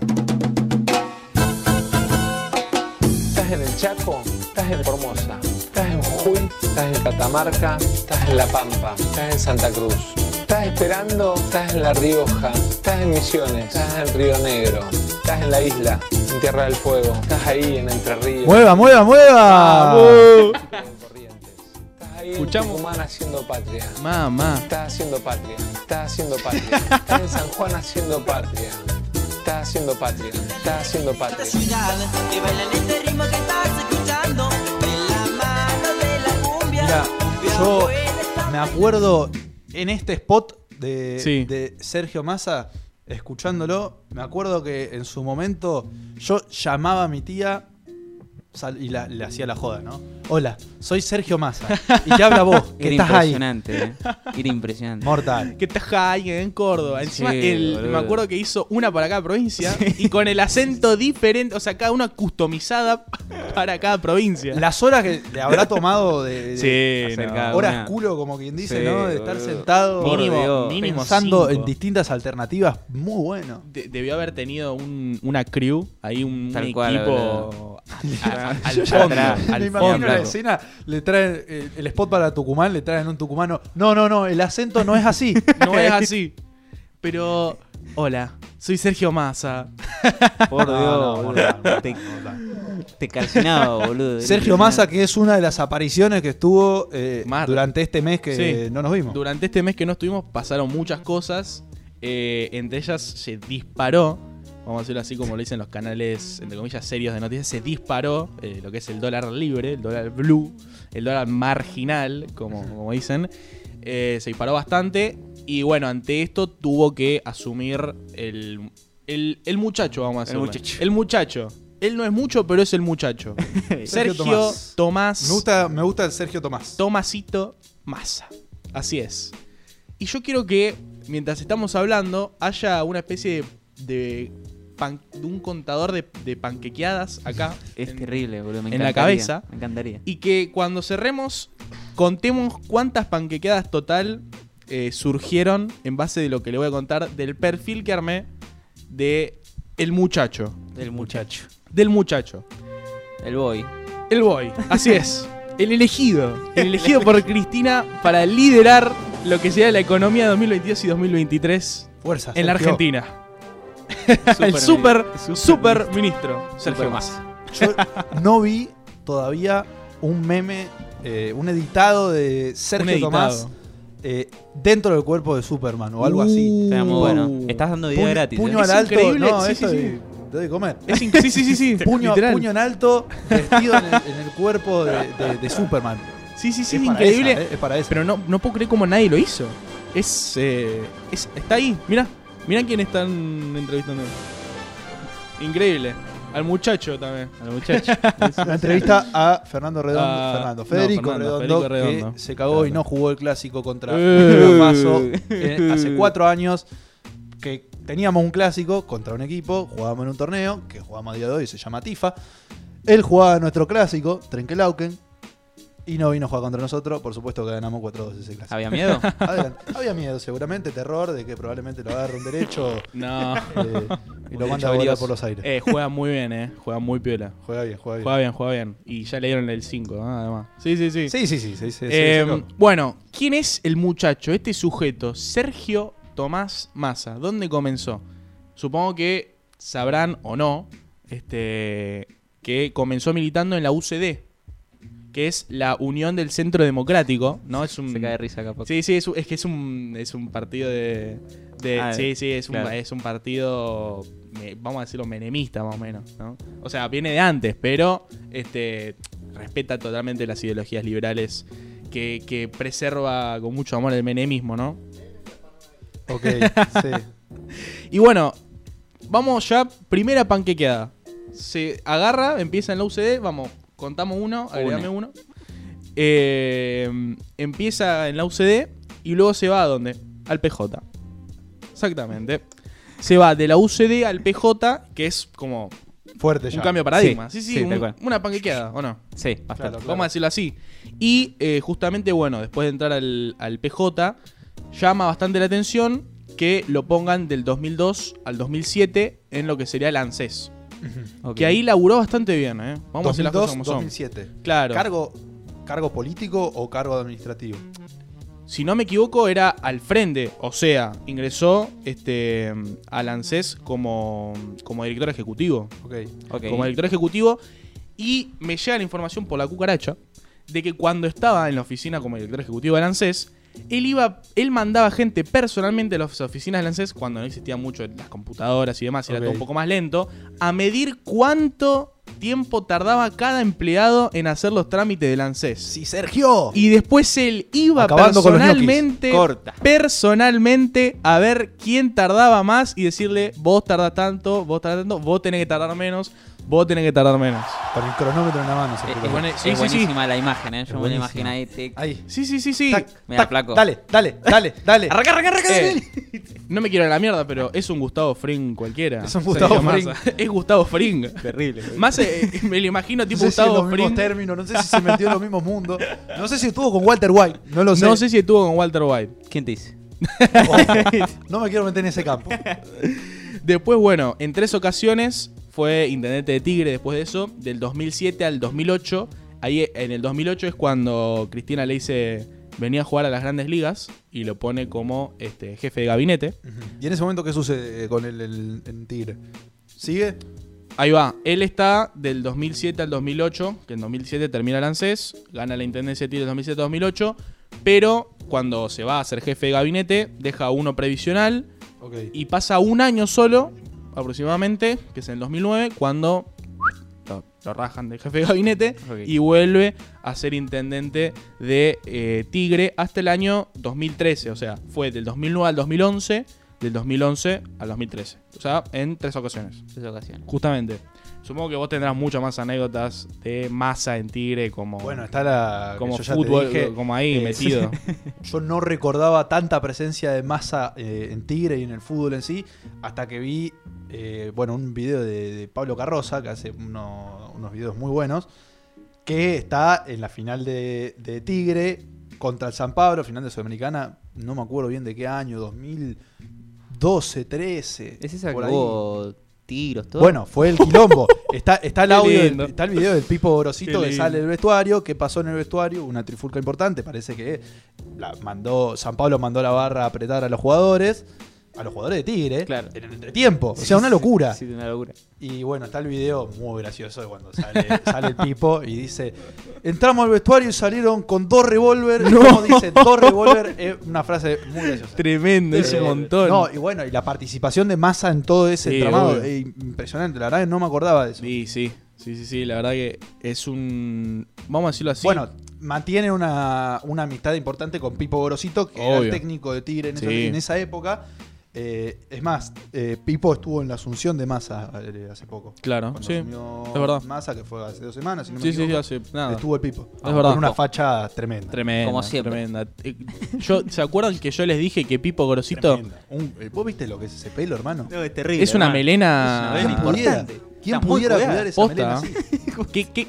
[SPEAKER 7] Estás en el Chaco, estás en Formosa, estás en Jujuy, estás en Catamarca, estás en La Pampa, estás en Santa Cruz. Estás esperando, estás en La Rioja, estás en Misiones, estás en Río Negro, estás en la isla, en Tierra del Fuego, estás ahí en Entre Ríos.
[SPEAKER 3] ¡Mueva, mueva, mueva!
[SPEAKER 7] en Corrientes. Estás ahí
[SPEAKER 5] Escuchamos.
[SPEAKER 7] en Tucumán haciendo patria.
[SPEAKER 5] Mamá.
[SPEAKER 7] Estás haciendo patria, estás haciendo patria. Estás en San Juan haciendo patria. Estás haciendo patria, estás haciendo patria.
[SPEAKER 3] Mira, yo me acuerdo en este spot de,
[SPEAKER 5] Sí.
[SPEAKER 3] de Sergio Massa, escuchándolo, me acuerdo que en su momento yo llamaba a mi tía sal- y la- le hacía la joda, ¿no? Hola, soy Sergio Massa. Y te habla
[SPEAKER 4] *laughs*
[SPEAKER 3] vos, que
[SPEAKER 4] Era
[SPEAKER 3] estás ahí.
[SPEAKER 4] impresionante,
[SPEAKER 3] *laughs*
[SPEAKER 4] eh. Era impresionante.
[SPEAKER 3] Mortal.
[SPEAKER 5] Que estás alguien en Córdoba. Encima,
[SPEAKER 4] Sí,
[SPEAKER 5] el-
[SPEAKER 4] boludo.
[SPEAKER 5] me acuerdo que hizo una para cada provincia y con el acento diferente, o sea, cada una customizada para cada provincia.
[SPEAKER 3] Las horas que le habrá tomado de, de-
[SPEAKER 5] Sí,
[SPEAKER 4] Hacer
[SPEAKER 5] no.
[SPEAKER 4] cada
[SPEAKER 3] horas
[SPEAKER 4] una.
[SPEAKER 3] culo, como quien dice,
[SPEAKER 4] Sí,
[SPEAKER 3] ¿no? De estar
[SPEAKER 4] boludo.
[SPEAKER 3] sentado
[SPEAKER 4] Por
[SPEAKER 5] Mínimo,
[SPEAKER 4] Dios.
[SPEAKER 5] mínimo
[SPEAKER 3] pensando
[SPEAKER 5] cinco.
[SPEAKER 3] en distintas alternativas. Muy bueno.
[SPEAKER 5] de- debió haber tenido un- una crew, ahí un,
[SPEAKER 4] Tal
[SPEAKER 5] un
[SPEAKER 4] cual,
[SPEAKER 5] equipo Ah, a- a-
[SPEAKER 4] Yo
[SPEAKER 5] al
[SPEAKER 4] ya
[SPEAKER 3] *laughs*
[SPEAKER 5] fondo.
[SPEAKER 4] atrás.
[SPEAKER 5] al
[SPEAKER 3] Me
[SPEAKER 5] fondo.
[SPEAKER 3] imagino la
[SPEAKER 4] flaco.
[SPEAKER 3] escena, le traen eh, el spot para Tucumán, le traen un tucumano. No, no, no, el acento no es así.
[SPEAKER 5] No es así. Pero, hola, soy Sergio Massa.
[SPEAKER 4] Por
[SPEAKER 3] No,
[SPEAKER 4] Dios,
[SPEAKER 3] no,
[SPEAKER 4] boludo.
[SPEAKER 3] mortal, mortal,
[SPEAKER 4] Te,
[SPEAKER 3] mortal.
[SPEAKER 4] te calcinaba, boludo. Era
[SPEAKER 3] Sergio
[SPEAKER 4] impresionante.
[SPEAKER 3] Massa, que es una de las apariciones que estuvo eh,
[SPEAKER 5] Mar.
[SPEAKER 3] durante este mes que
[SPEAKER 5] Sí.
[SPEAKER 3] no nos vimos.
[SPEAKER 5] Durante este mes que no estuvimos pasaron muchas cosas. Eh, entre ellas se disparó, vamos a decirlo así como lo dicen los canales, entre comillas, serios de noticias, se disparó eh, lo que es el dólar libre, el dólar blue, el dólar marginal, como, como dicen. Eh, se disparó bastante y bueno, ante esto tuvo que asumir el, el, el muchacho, vamos a
[SPEAKER 4] El
[SPEAKER 5] decirlo.
[SPEAKER 4] muchacho.
[SPEAKER 5] El muchacho. Él no es mucho, pero es el muchacho. Sergio
[SPEAKER 3] Tomás.
[SPEAKER 5] Tomás.
[SPEAKER 3] Me gusta, me gusta el Sergio Tomás.
[SPEAKER 5] Tomasito Massa. Así es. Y yo quiero que, mientras estamos hablando, haya una especie de, de pan- de un contador de, de panquequeadas acá.
[SPEAKER 4] Es
[SPEAKER 5] en-
[SPEAKER 4] terrible, boludo. Me
[SPEAKER 5] en la
[SPEAKER 4] encantaría,
[SPEAKER 5] cabeza.
[SPEAKER 4] Me encantaría.
[SPEAKER 5] Y que cuando cerremos, contemos cuántas panquequeadas total eh, surgieron en base de lo que le voy a contar del perfil que armé de el muchacho.
[SPEAKER 4] El muchacho.
[SPEAKER 5] Del muchacho.
[SPEAKER 4] El boy.
[SPEAKER 5] El boy, así es. El elegido. El elegido por Cristina para liderar lo que sería la economía 2022 y 2023
[SPEAKER 3] Fuerza.
[SPEAKER 5] en la
[SPEAKER 3] Sergio.
[SPEAKER 5] Argentina. *laughs* el super, super ministro, Sergio Massa.
[SPEAKER 3] Yo no vi todavía un meme, eh, un editado de Sergio
[SPEAKER 5] Un editado.
[SPEAKER 3] Tomás eh, dentro del cuerpo de Superman o algo así.
[SPEAKER 5] Uh.
[SPEAKER 4] Está muy bueno. Estás dando video
[SPEAKER 3] Puño-
[SPEAKER 4] gratis,
[SPEAKER 3] Puño
[SPEAKER 4] ¿eh?
[SPEAKER 3] al
[SPEAKER 4] Es
[SPEAKER 3] alto.
[SPEAKER 4] increíble,
[SPEAKER 3] no,
[SPEAKER 4] sí,
[SPEAKER 3] eso
[SPEAKER 4] sí,
[SPEAKER 3] de-
[SPEAKER 4] sí.
[SPEAKER 3] te doy de comer.
[SPEAKER 5] Es in- sí, sí,
[SPEAKER 3] *laughs*
[SPEAKER 5] sí, sí,
[SPEAKER 3] Este puño,
[SPEAKER 5] Este, literal.
[SPEAKER 3] puño en alto, vestido en el, en el cuerpo de, de- de Superman.
[SPEAKER 5] Sí, sí, sí,
[SPEAKER 3] Es para
[SPEAKER 5] increíble.
[SPEAKER 3] esa, ¿eh? Es para eso.
[SPEAKER 5] Pero no, no puedo creer cómo nadie lo hizo. Es, eh, es- está ahí, mirá, mirá quién están entrevistando. Increíble. Al muchacho también. Al muchacho.
[SPEAKER 3] Una entrevista a Fernando Redondo.
[SPEAKER 5] Ah,
[SPEAKER 3] Fernando,
[SPEAKER 5] no,
[SPEAKER 3] Federico,
[SPEAKER 5] Fernando,
[SPEAKER 3] Redondo,
[SPEAKER 5] Federico Redondo.
[SPEAKER 3] que se cagó y no jugó el clásico contra
[SPEAKER 5] Eh.
[SPEAKER 3] Guillermo Mazo eh, hace cuatro años. Que teníamos un clásico contra un equipo, jugábamos en un torneo, que jugamos a día de hoy, se llama TIFA. Él jugaba nuestro clásico, Trenkelauken, y no vino a jugar contra nosotros. Por supuesto que ganamos 4-2 ese clásico.
[SPEAKER 5] *laughs*
[SPEAKER 4] ¿Había miedo?
[SPEAKER 3] Adelante. Había miedo, seguramente, terror de que probablemente lo agarre un
[SPEAKER 5] *laughs*
[SPEAKER 3] derecho
[SPEAKER 5] No.
[SPEAKER 3] eh, y lo
[SPEAKER 5] Un
[SPEAKER 3] manda a
[SPEAKER 5] derecho
[SPEAKER 3] volar
[SPEAKER 5] valioso.
[SPEAKER 3] por los aires.
[SPEAKER 5] Eh, juega muy bien, eh. Juega muy piola.
[SPEAKER 3] Juega bien, juega bien.
[SPEAKER 5] Juega bien, juega bien. Y ya le dieron el 5, ¿no? además. Sí, sí, sí.
[SPEAKER 3] Sí, sí, sí, sí, sí,
[SPEAKER 5] Eh,
[SPEAKER 3] sí, sacó.
[SPEAKER 5] bueno, ¿quién es el muchacho, este sujeto? Sergio Tomás Massa. ¿Dónde comenzó? Supongo que sabrán o no este, que comenzó militando en la UCD, que es la Unión del Centro Democrático, ¿no? Es un, Se cae
[SPEAKER 4] risa acá.
[SPEAKER 5] Sí, sí, es, un- es que es un, es un partido de... de-
[SPEAKER 4] Ah,
[SPEAKER 5] sí, sí, es un,
[SPEAKER 4] claro.
[SPEAKER 5] es un partido, me- vamos a decirlo, menemista más o menos, ¿no? O sea, viene de antes, pero este, respeta totalmente las ideologías liberales que, que preserva con mucho amor el menemismo, ¿no?
[SPEAKER 3] Ok,
[SPEAKER 5] *laughs* sí. Y bueno, vamos ya, primera panquequeada. Se agarra, empieza en la UCD, vamos, contamos uno, agregame uno. Eh, empieza en la UCD y luego se va a dónde? Al PJ. Exactamente. Se va de la UCD al PJ, que es como
[SPEAKER 3] Fuerte
[SPEAKER 5] un
[SPEAKER 3] ya.
[SPEAKER 5] cambio de paradigma. Sí, sí,
[SPEAKER 4] sí,
[SPEAKER 5] un-
[SPEAKER 4] tal cual.
[SPEAKER 5] una panquequeada, ¿o no?
[SPEAKER 4] Sí, bastante.
[SPEAKER 5] Vamos a decirlo así. Y eh, justamente, bueno, después de entrar al, al PJ, llama bastante la atención que lo pongan del 2002 al 2007 en lo que sería el ANSES.
[SPEAKER 4] Ok.
[SPEAKER 5] Que ahí laburó bastante bien, ¿eh? Vamos a decir las cosas
[SPEAKER 3] 2002,
[SPEAKER 5] como son.
[SPEAKER 3] 2007.
[SPEAKER 5] Claro.
[SPEAKER 3] ¿Cargo, ¿Cargo político o cargo administrativo?
[SPEAKER 5] si no me equivoco, era al frente. O sea, ingresó este, al ANSES como, como director ejecutivo.
[SPEAKER 3] Ok.
[SPEAKER 4] Ok. Eh,
[SPEAKER 5] Como director ejecutivo. Y me llega la información por la cucaracha de que cuando estaba en la oficina como director ejecutivo del ANSES, él, iba, él mandaba gente personalmente a las oficinas del ANSES, cuando no existían mucho las computadoras y demás, y
[SPEAKER 3] Ok.
[SPEAKER 5] era todo un poco más lento, a medir cuánto tiempo tardaba cada empleado en hacer los trámites del ANSES.
[SPEAKER 3] ¡Sí, Sergio!
[SPEAKER 5] Y después él iba
[SPEAKER 3] Acabando con los ñoquis.
[SPEAKER 5] personalmente,
[SPEAKER 4] Corta.
[SPEAKER 5] personalmente a ver quién tardaba más y decirle, vos tardás tanto, vos tardás tanto, vos tenés que tardar menos, vos tenés que tardar menos.
[SPEAKER 3] Con el cronómetro en la mano.
[SPEAKER 4] Es,
[SPEAKER 3] Sergio.
[SPEAKER 4] es-
[SPEAKER 5] Eh, Bueno,
[SPEAKER 4] es
[SPEAKER 5] sí, sí, sí.
[SPEAKER 4] buenísima la imagen, ¿eh? Yo me la
[SPEAKER 3] buenísima.
[SPEAKER 4] imagen ahí. tic.
[SPEAKER 3] Ahí.
[SPEAKER 5] Sí, sí, sí, sí.
[SPEAKER 3] Tac,
[SPEAKER 4] Mira,
[SPEAKER 3] tac,
[SPEAKER 4] flaco.
[SPEAKER 3] Dale, dale, dale, dale.
[SPEAKER 4] Arranca, arranca, arranca.
[SPEAKER 5] Eh, no me quiero ir a la mierda, pero es un Gustavo Fring cualquiera.
[SPEAKER 3] Es un Gustavo
[SPEAKER 5] Sergio
[SPEAKER 3] Fring.
[SPEAKER 5] Massa. Es Gustavo Fring.
[SPEAKER 3] Terrible.
[SPEAKER 5] Más eh, me lo imagino
[SPEAKER 3] No
[SPEAKER 5] tipo
[SPEAKER 3] sé si en
[SPEAKER 5] Gustavo
[SPEAKER 3] los mismos
[SPEAKER 5] Fring.
[SPEAKER 3] términos, no sé si se metió en los mismos mundos. No sé si estuvo con Walter White, no lo sé.
[SPEAKER 5] *laughs* No sé si estuvo con Walter White.
[SPEAKER 4] ¿Quién te dice?
[SPEAKER 5] *laughs*
[SPEAKER 3] No me quiero meter en ese campo.
[SPEAKER 5] Después, bueno, en tres ocasiones fue intendente de Tigre después de eso, del 2007 al 2008. Ahí en el 2008 es cuando Cristina le dice venía a jugar a las grandes ligas y lo pone como este, jefe de gabinete.
[SPEAKER 3] ¿Y en ese momento qué sucede con el, el- el Tigre? ¿Sigue?
[SPEAKER 5] Ahí va, él está del 2007 al 2008, que en 2007 termina el ANSES, gana la intendencia de Tigre 2007-2008, pero cuando se va a ser jefe de gabinete deja uno previsional
[SPEAKER 3] Ok.
[SPEAKER 5] y pasa un año solo, aproximadamente, que es en el 2009, cuando lo, lo rajan del jefe de gabinete
[SPEAKER 4] Ok.
[SPEAKER 5] y vuelve a ser intendente de eh, Tigre hasta el año 2013. O sea, fue del 2009 al 2011, del 2011 al 2013. O sea, en tres ocasiones.
[SPEAKER 4] Tres ocasiones.
[SPEAKER 5] Justamente. Supongo que vos tendrás muchas más anécdotas de masa en Tigre como,
[SPEAKER 3] Bueno, está la. que
[SPEAKER 5] como
[SPEAKER 3] yo ya te
[SPEAKER 5] fútbol,
[SPEAKER 3] dije,
[SPEAKER 5] como ahí
[SPEAKER 3] eh,
[SPEAKER 5] metido.
[SPEAKER 3] *laughs* Yo no recordaba tanta presencia de masa en Tigre y en el fútbol en sí, hasta que vi eh, bueno, un video de, de Pablo Carroza, que hace uno- unos videos muy buenos, que está en la final de, de Tigre contra el San Pablo, final de Sudamericana, no me acuerdo bien de qué año, 2012, 13.
[SPEAKER 4] ¿Es esa que
[SPEAKER 3] por ahí.
[SPEAKER 4] hubo tiros, todo?
[SPEAKER 3] Bueno, fue el quilombo. está, está el
[SPEAKER 5] Qué
[SPEAKER 3] audio, del-
[SPEAKER 5] lindo.
[SPEAKER 3] está el video del Pipo Gorosito
[SPEAKER 5] Qué
[SPEAKER 3] que
[SPEAKER 5] lindo.
[SPEAKER 3] sale del vestuario. ¿Qué pasó en el vestuario? Una trifulca importante. Parece que la mandó, San Pablo mandó la barra a apretar a los jugadores. a los jugadores de Tigre en el entretiempo. O sea, una locura.
[SPEAKER 4] Sí,
[SPEAKER 5] *laughs*
[SPEAKER 4] una locura.
[SPEAKER 3] Y bueno, está el video muy gracioso de cuando sale, sale el tipo y dice: Entramos al vestuario y salieron con dos revólver.
[SPEAKER 5] No.
[SPEAKER 3] No. dice dos revólver. Es una frase muy graciosa.
[SPEAKER 5] Tremendo, es
[SPEAKER 3] Eh,
[SPEAKER 5] un montón.
[SPEAKER 3] No, y bueno, y la participación de masa en todo ese
[SPEAKER 5] Sí,
[SPEAKER 3] entramado.
[SPEAKER 5] obvio.
[SPEAKER 3] eh, impresionante, la verdad que no me acordaba de eso.
[SPEAKER 5] Sí, sí, sí, sí, sí, la verdad que es un... Vamos a decirlo así.
[SPEAKER 3] Bueno, mantiene una, una amistad importante con Pipo Gorosito, que era el
[SPEAKER 5] Obvio.
[SPEAKER 3] técnico de Tigre en, esa-
[SPEAKER 5] Sí.
[SPEAKER 3] en esa época. Eh, es más, eh, Pipo estuvo en la asunción de Massa eh, hace poco.
[SPEAKER 5] Claro,
[SPEAKER 3] Cuando
[SPEAKER 5] sí,
[SPEAKER 3] asumió
[SPEAKER 5] es verdad.
[SPEAKER 3] Massa, que fue hace dos semanas, si no me
[SPEAKER 5] Sí, sí,
[SPEAKER 3] equivoco,
[SPEAKER 5] hace nada.
[SPEAKER 3] Estuvo el Pipo.
[SPEAKER 5] Es verdad.
[SPEAKER 3] Con una facha tremenda.
[SPEAKER 5] Tremenda.
[SPEAKER 4] Como siempre.
[SPEAKER 5] Tremenda. Eh, Yo, ¿Se acuerdan que yo les dije que Pipo Grosito
[SPEAKER 3] Un- eh, ¿Vos viste lo que es ese pelo, hermano?
[SPEAKER 12] No, es terrible,
[SPEAKER 5] es una
[SPEAKER 12] hermano.
[SPEAKER 5] melena...
[SPEAKER 12] Es una
[SPEAKER 3] ¿Quién pudiera, ¿quién
[SPEAKER 12] Está muy
[SPEAKER 3] pudiera
[SPEAKER 12] cuidada.
[SPEAKER 3] cuidar esa
[SPEAKER 5] Posta,
[SPEAKER 3] melena
[SPEAKER 5] ¿eh?
[SPEAKER 3] así?
[SPEAKER 5] ¿Qué, qué,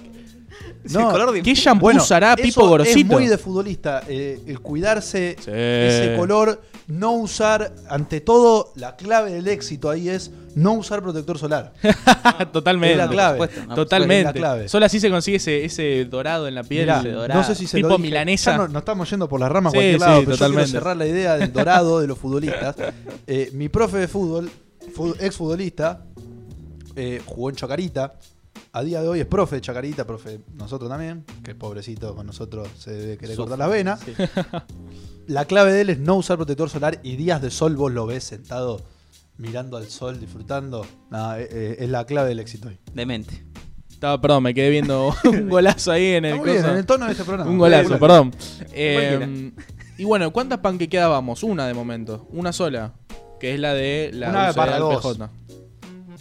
[SPEAKER 3] No,
[SPEAKER 5] el color de- ¿qué shampoo
[SPEAKER 3] bueno,
[SPEAKER 5] usará
[SPEAKER 3] eso
[SPEAKER 5] Pipo Gorosito?
[SPEAKER 3] Es muy de futbolista, eh, el cuidarse
[SPEAKER 5] Sí.
[SPEAKER 3] ese color, no usar, ante todo, la clave del éxito ahí es no usar protector solar.
[SPEAKER 5] *laughs* Totalmente.
[SPEAKER 3] Es la clave.
[SPEAKER 5] Por supuesto.
[SPEAKER 3] Es
[SPEAKER 5] Totalmente.
[SPEAKER 3] la clave.
[SPEAKER 5] Solo así se consigue ese, ese dorado en la piel.
[SPEAKER 3] Mirá,
[SPEAKER 5] ese dorado.
[SPEAKER 3] no sé si se
[SPEAKER 5] tipo
[SPEAKER 3] lo dije.
[SPEAKER 5] milanesa.
[SPEAKER 3] Ya no- nos estamos yendo por las ramas a
[SPEAKER 5] Sí,
[SPEAKER 3] cualquier
[SPEAKER 5] sí,
[SPEAKER 3] lado, pero yo
[SPEAKER 5] totalmente.
[SPEAKER 3] quiero cerrar la idea del dorado de los
[SPEAKER 5] *laughs*
[SPEAKER 3] futbolistas. Eh, mi profe de fútbol, ex futbolista, jugó en Chacarita. A día de hoy es profe de Chacarita, profe de nosotros también, que pobrecito con nosotros se debe querer
[SPEAKER 12] Sufre,
[SPEAKER 3] cortar las venas.
[SPEAKER 12] sí.
[SPEAKER 3] *laughs* La clave de él es no usar protector solar y días de sol vos lo ves sentado mirando al sol, disfrutando. Nada, eh, eh, es la clave del éxito hoy.
[SPEAKER 4] Demente.
[SPEAKER 5] Estaba, perdón, me
[SPEAKER 3] *laughs*
[SPEAKER 5] quedé viendo un golazo ahí en el,
[SPEAKER 3] Está muy bien,
[SPEAKER 5] coso.
[SPEAKER 3] en el tono de este programa.
[SPEAKER 5] Un golazo,
[SPEAKER 3] Cualquiera.
[SPEAKER 5] perdón.
[SPEAKER 3] Cualquiera.
[SPEAKER 5] Eh, y bueno, ¿cuántas panquequeadas vamos? Una de momento. Una sola. Que es la de la
[SPEAKER 3] Una
[SPEAKER 5] dulce de
[SPEAKER 3] barra
[SPEAKER 5] al
[SPEAKER 3] dos.
[SPEAKER 5] PJ.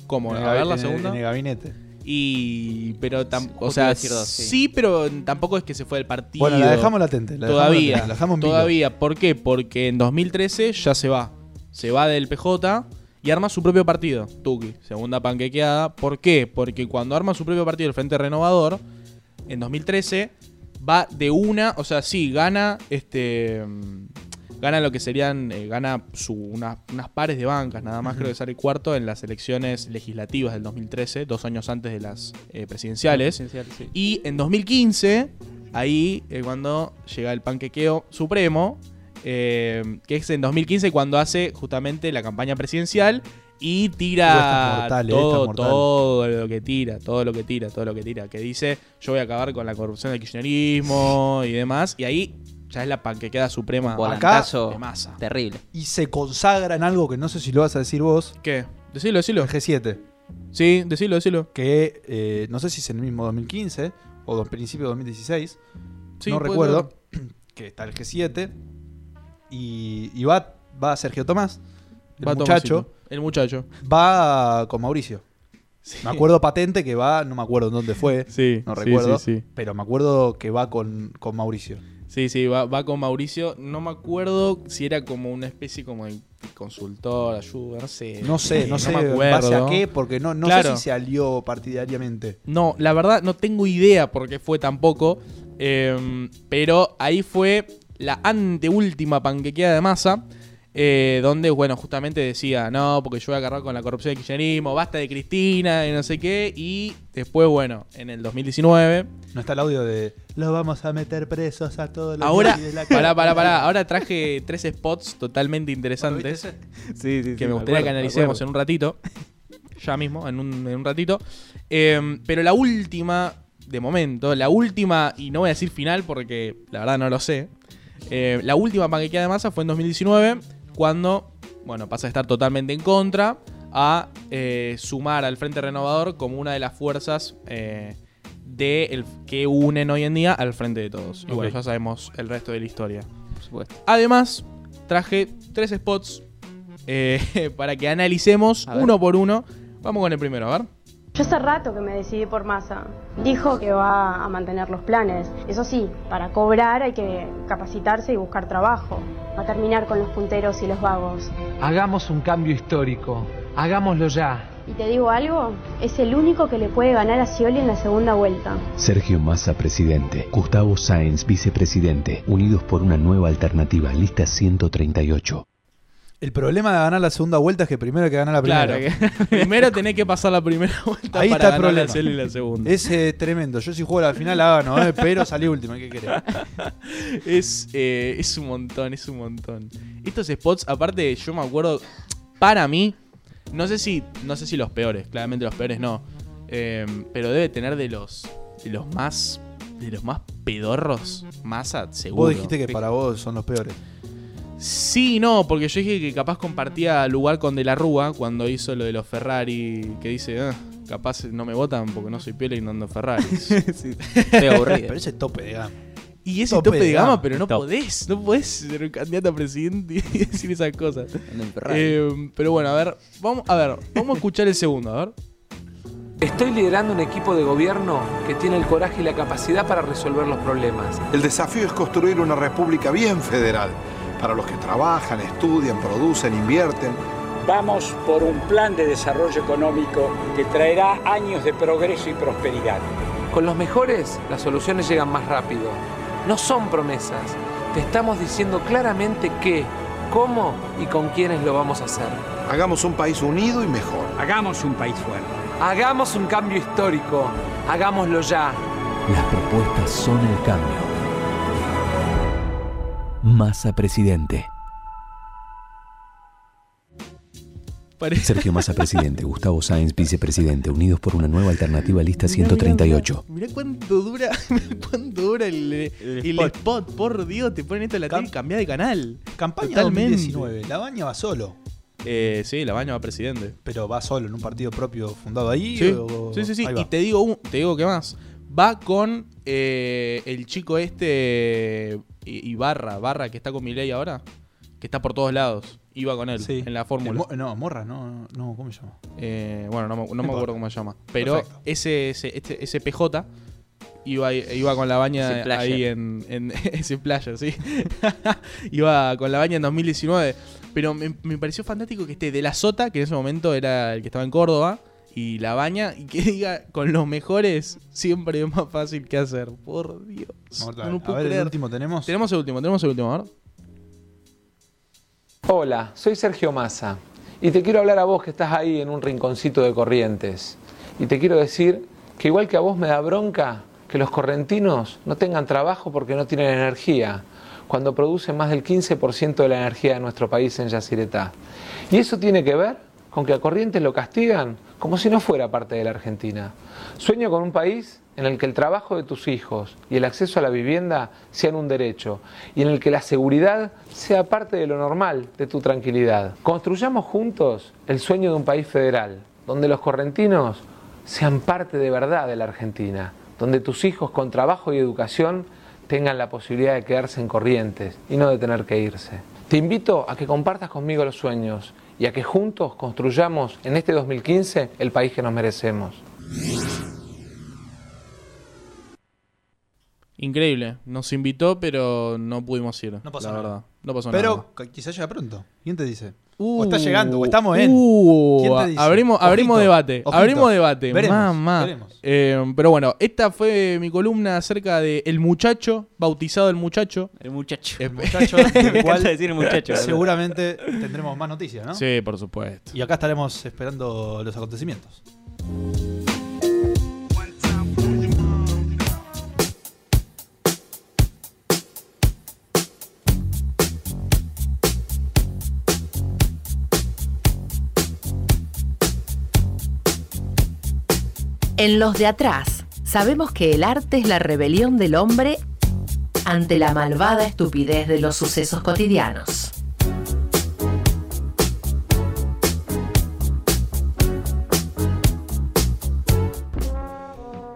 [SPEAKER 5] ¿Cómo?
[SPEAKER 3] En el
[SPEAKER 5] ¿A ver
[SPEAKER 3] gabi-
[SPEAKER 5] la
[SPEAKER 3] en el-
[SPEAKER 5] segunda?
[SPEAKER 3] en el gabinete.
[SPEAKER 5] Y. Pero tam- o
[SPEAKER 4] justo
[SPEAKER 5] sea,
[SPEAKER 4] iba a decir dos,
[SPEAKER 5] sí.
[SPEAKER 4] sí.
[SPEAKER 5] pero tampoco es que se fue del partido.
[SPEAKER 3] Bueno, la dejamos latente, la dejamos
[SPEAKER 5] todavía.
[SPEAKER 3] latente, la dejamos en vivo.
[SPEAKER 5] todavía. ¿Por qué? Porque en 2013 ya se va. Se va del PJ y arma su propio partido. Tuki, segunda panquequeada. ¿Por qué? Porque cuando arma su propio partido el Frente Renovador, en 2013, va de una. O sea, sí, gana este. mm, Gana lo que serían, eh, gana su, una- unas pares de bancas, nada más
[SPEAKER 3] Ujú.
[SPEAKER 5] creo que sale cuarto en las elecciones legislativas del 2013, dos años antes de las eh, presidenciales.
[SPEAKER 4] Presidenciales, sí.
[SPEAKER 5] Y en 2015, ahí eh, cuando llega el panquequeo supremo, eh, que es en 2015 cuando hace justamente la campaña presidencial y
[SPEAKER 3] Esta
[SPEAKER 5] tira
[SPEAKER 3] es mortal, eh, esta
[SPEAKER 5] todo,
[SPEAKER 3] es mortal.
[SPEAKER 5] todo lo que tira, todo lo que tira, todo lo que tira, que dice yo voy a acabar con la corrupción del kirchnerismo y demás, y ahí ya es la panquequeada suprema
[SPEAKER 4] Volantazo
[SPEAKER 5] Ah, de masa.
[SPEAKER 4] terrible.
[SPEAKER 3] y se consagra en algo que no sé si lo vas a decir vos.
[SPEAKER 5] ¿Qué? Decilo, decilo.
[SPEAKER 3] El G7.
[SPEAKER 5] Sí, decilo, decilo.
[SPEAKER 3] Que eh, no sé si es en el mismo 2015 o do- principio de 2016.
[SPEAKER 5] Sí,
[SPEAKER 3] no
[SPEAKER 5] puede
[SPEAKER 3] recuerdo. *clears throat* Que está el G7. Y, y va, va Sergio Tomás, el
[SPEAKER 5] Va
[SPEAKER 3] muchacho.
[SPEAKER 5] Tomasito, El muchacho.
[SPEAKER 3] Va con Mauricio. Me acuerdo patente que va, no me acuerdo en dónde fue.
[SPEAKER 5] Sí,
[SPEAKER 3] no
[SPEAKER 5] sí,
[SPEAKER 3] recuerdo.
[SPEAKER 5] sí, sí.
[SPEAKER 3] Pero me acuerdo que va con, con Mauricio.
[SPEAKER 5] Sí, sí, va, va con Mauricio. No me acuerdo si era como una especie como de consultor, ayuda, no sé.
[SPEAKER 3] No sé, no sé
[SPEAKER 5] me
[SPEAKER 3] en base a
[SPEAKER 5] acuerdo.
[SPEAKER 3] qué, porque no, no
[SPEAKER 5] Claro.
[SPEAKER 3] sé si se alió partidariamente.
[SPEAKER 5] No, la verdad no tengo idea por qué fue tampoco. eh, pero ahí fue la anteúltima panquequeada de masa. eh, donde, bueno, justamente decía, no, porque yo voy a agarrar con la corrupción del kirchnerismo, basta de Cristina y no sé qué. Y después, bueno, en el 2019,
[SPEAKER 3] No está el audio de los vamos a meter presos a todos los
[SPEAKER 5] Ahora,
[SPEAKER 3] nazis de la
[SPEAKER 5] pará, pará,
[SPEAKER 3] calle".
[SPEAKER 5] pará. Ahora traje tres spots totalmente interesantes
[SPEAKER 4] Sí, sí,
[SPEAKER 5] que me gustaría que analicemos en un
[SPEAKER 4] *laughs*
[SPEAKER 5] ratito. Ya mismo, en un, en un ratito. Eh, pero la última, de momento, la última, y no voy a decir final porque la verdad no lo sé. eh, la última panquequeada de masa fue en 2019, cuando, bueno, pasa a estar totalmente en contra a eh, sumar al Frente Renovador como una de las fuerzas eh, de el- que unen hoy en día al Frente de Todos. Y bueno,
[SPEAKER 4] Ok.
[SPEAKER 5] ya sabemos el resto de la historia.
[SPEAKER 4] Por supuesto.
[SPEAKER 5] Además, traje tres spots eh, *laughs* para que analicemos
[SPEAKER 4] A ver.
[SPEAKER 5] uno por uno. Vamos con el primero, a ver.
[SPEAKER 13] Yo hace rato que me decidí por Massa. Dijo que va a mantener los planes. Eso sí, para cobrar hay que capacitarse y buscar trabajo. Va a terminar con los punteros y los vagos.
[SPEAKER 7] Hagamos un cambio histórico. Hagámoslo ya.
[SPEAKER 13] Y te digo algo, es el único que le puede ganar a Scioli en la segunda vuelta.
[SPEAKER 14] Sergio Massa, presidente. Gustavo Sáenz, vicepresidente. Unidos por una nueva alternativa. Lista 138.
[SPEAKER 3] El problema de ganar la segunda vuelta es que primero hay que ganar la primera.
[SPEAKER 5] Claro, que- *laughs* primero tenés que pasar la primera *laughs* vuelta
[SPEAKER 3] Ahí
[SPEAKER 5] para
[SPEAKER 3] está el
[SPEAKER 5] ganar
[SPEAKER 3] problema.
[SPEAKER 5] la cel y la segunda.
[SPEAKER 3] Es eh, tremendo. Yo si juego a la final la gano, eh, pero salí último. ¿Qué querés?
[SPEAKER 5] Es, eh, es un montón, es un montón. Estos spots, aparte, yo me acuerdo para mí, no sé si, no sé si los peores, claramente los peores no, eh, pero debe tener de los, de los más, de los más pedorros, masa, *laughs* seguro.
[SPEAKER 3] Vos dijiste que para vos son los peores.
[SPEAKER 5] Sí, no, porque yo dije que capaz compartía lugar con De la Rúa cuando hizo lo de los Ferrari, que dice, "Ah, capaz no me votan porque no soy piola y no ando Ferrari.
[SPEAKER 4] Estoy aburrido.
[SPEAKER 3] Pero
[SPEAKER 5] *laughs*
[SPEAKER 3] ese tope de gama.
[SPEAKER 5] Y ese tope, de gama, pero no podés, no podés ser un candidato a presidente y *laughs* decir esas cosas. Eh, pero bueno, a ver, vamos a ver, vamos a escuchar el segundo, a ver.
[SPEAKER 7] Estoy liderando un equipo de gobierno que tiene el coraje y la capacidad para resolver los problemas.
[SPEAKER 12] El desafío es construir una república bien federal, para los que trabajan, estudian, producen, invierten.
[SPEAKER 15] Vamos por un plan de desarrollo económico que traerá años de progreso y prosperidad.
[SPEAKER 7] Con los mejores, las soluciones llegan más rápido. No son promesas. Te estamos diciendo claramente qué, cómo y con quiénes lo vamos a hacer.
[SPEAKER 12] Hagamos un país unido y mejor.
[SPEAKER 15] Hagamos un país fuerte.
[SPEAKER 7] Hagamos un cambio histórico. Hagámoslo ya.
[SPEAKER 14] Las propuestas son el cambio. Massa Presidente. Sergio Massa Presidente, Gustavo Sáenz Vicepresidente, unidos por una nueva alternativa lista 138.
[SPEAKER 5] Mirá cuánto dura, *laughs* cuánto dura el, eh, el spot. por Dios, te ponen esto en la tele y cambiá de canal.
[SPEAKER 3] Campaña 2019, la baña va solo.
[SPEAKER 5] Eh, sí, la baña va presidente.
[SPEAKER 3] Pero va solo en un partido propio fundado ahí.
[SPEAKER 5] Sí,
[SPEAKER 3] o-
[SPEAKER 5] sí, sí. sí.
[SPEAKER 3] ahí va.
[SPEAKER 5] Y te digo, un- te digo que más. Va con eh, el chico este I- Ibarra, Barra, que está con Milei ahora, que está por todos lados. Iba con él
[SPEAKER 3] Sí.
[SPEAKER 5] en la fórmula.
[SPEAKER 3] El Mo- no, Morra, no, no, ¿cómo se llama?
[SPEAKER 5] Eh, bueno, no, me- no me
[SPEAKER 3] importa.
[SPEAKER 5] acuerdo cómo se llama. Pero
[SPEAKER 3] Perfecto.
[SPEAKER 5] ese, ese, este- ese PJ iba, iba con la baña
[SPEAKER 4] Ese player.
[SPEAKER 5] ahí en, en- *laughs* ese player, sí. iba con la baña en 2019. Pero me, me pareció fantástico que esté de la Sota, que en ese momento era el que estaba en Córdoba, y la baña, y que *laughs* diga con los mejores siempre es más fácil que hacer. Por Dios.
[SPEAKER 3] Mortal.
[SPEAKER 5] No lo
[SPEAKER 3] A
[SPEAKER 5] puedo
[SPEAKER 3] ver, el
[SPEAKER 5] creer.
[SPEAKER 3] último tenemos.
[SPEAKER 5] Tenemos el último, tenemos el último, a ver.
[SPEAKER 7] Hola, soy Sergio Massa y te quiero hablar a vos que estás ahí en un rinconcito de Corrientes. Y te quiero decir que igual que a vos me da bronca que los correntinos no tengan trabajo porque no tienen energía, cuando producen más del 15% de la energía de nuestro país en Yacyretá. Y eso tiene que ver con que a Corrientes lo castigan como si no fuera parte de la Argentina. Sueño con un país en el que el trabajo de tus hijos y el acceso a la vivienda sean un derecho y en el que la seguridad sea parte de lo normal, de tu tranquilidad. Construyamos juntos el sueño de un país federal, donde los correntinos sean parte de verdad de la Argentina, donde tus hijos con trabajo y educación tengan la posibilidad de quedarse en corrientes y no de tener que irse. Te invito a que compartas conmigo los sueños y a que juntos construyamos en este 2015 el país que nos merecemos.
[SPEAKER 5] Increíble. Nos invitó, pero no pudimos ir. No pasó la
[SPEAKER 3] nada.
[SPEAKER 5] Verdad. No pasó nada.
[SPEAKER 3] Pero ca- quizás llega pronto. ¿Quién te dice?
[SPEAKER 5] Uh,
[SPEAKER 3] o está llegando, o estamos en.
[SPEAKER 5] uh,
[SPEAKER 3] ¿Quién te dice?
[SPEAKER 5] Abrimos,
[SPEAKER 3] Ojito,
[SPEAKER 5] abrimos debate.
[SPEAKER 3] ojito.
[SPEAKER 5] Abrimos debate.
[SPEAKER 3] Veremos,
[SPEAKER 5] Mamá.
[SPEAKER 3] veremos.
[SPEAKER 5] Eh, pero bueno, esta fue mi columna acerca de El Muchacho, bautizado El Muchacho.
[SPEAKER 4] El muchacho.
[SPEAKER 5] El
[SPEAKER 3] Muchacho,
[SPEAKER 4] Me
[SPEAKER 3] del
[SPEAKER 4] encanta
[SPEAKER 5] *laughs*
[SPEAKER 3] cual
[SPEAKER 4] decir muchacho.
[SPEAKER 3] Seguramente tendremos más noticias, ¿no?
[SPEAKER 5] Sí, por supuesto.
[SPEAKER 3] Y acá estaremos esperando los acontecimientos.
[SPEAKER 1] En los de atrás, sabemos que el arte es la rebelión del hombre ante la malvada estupidez de los sucesos cotidianos.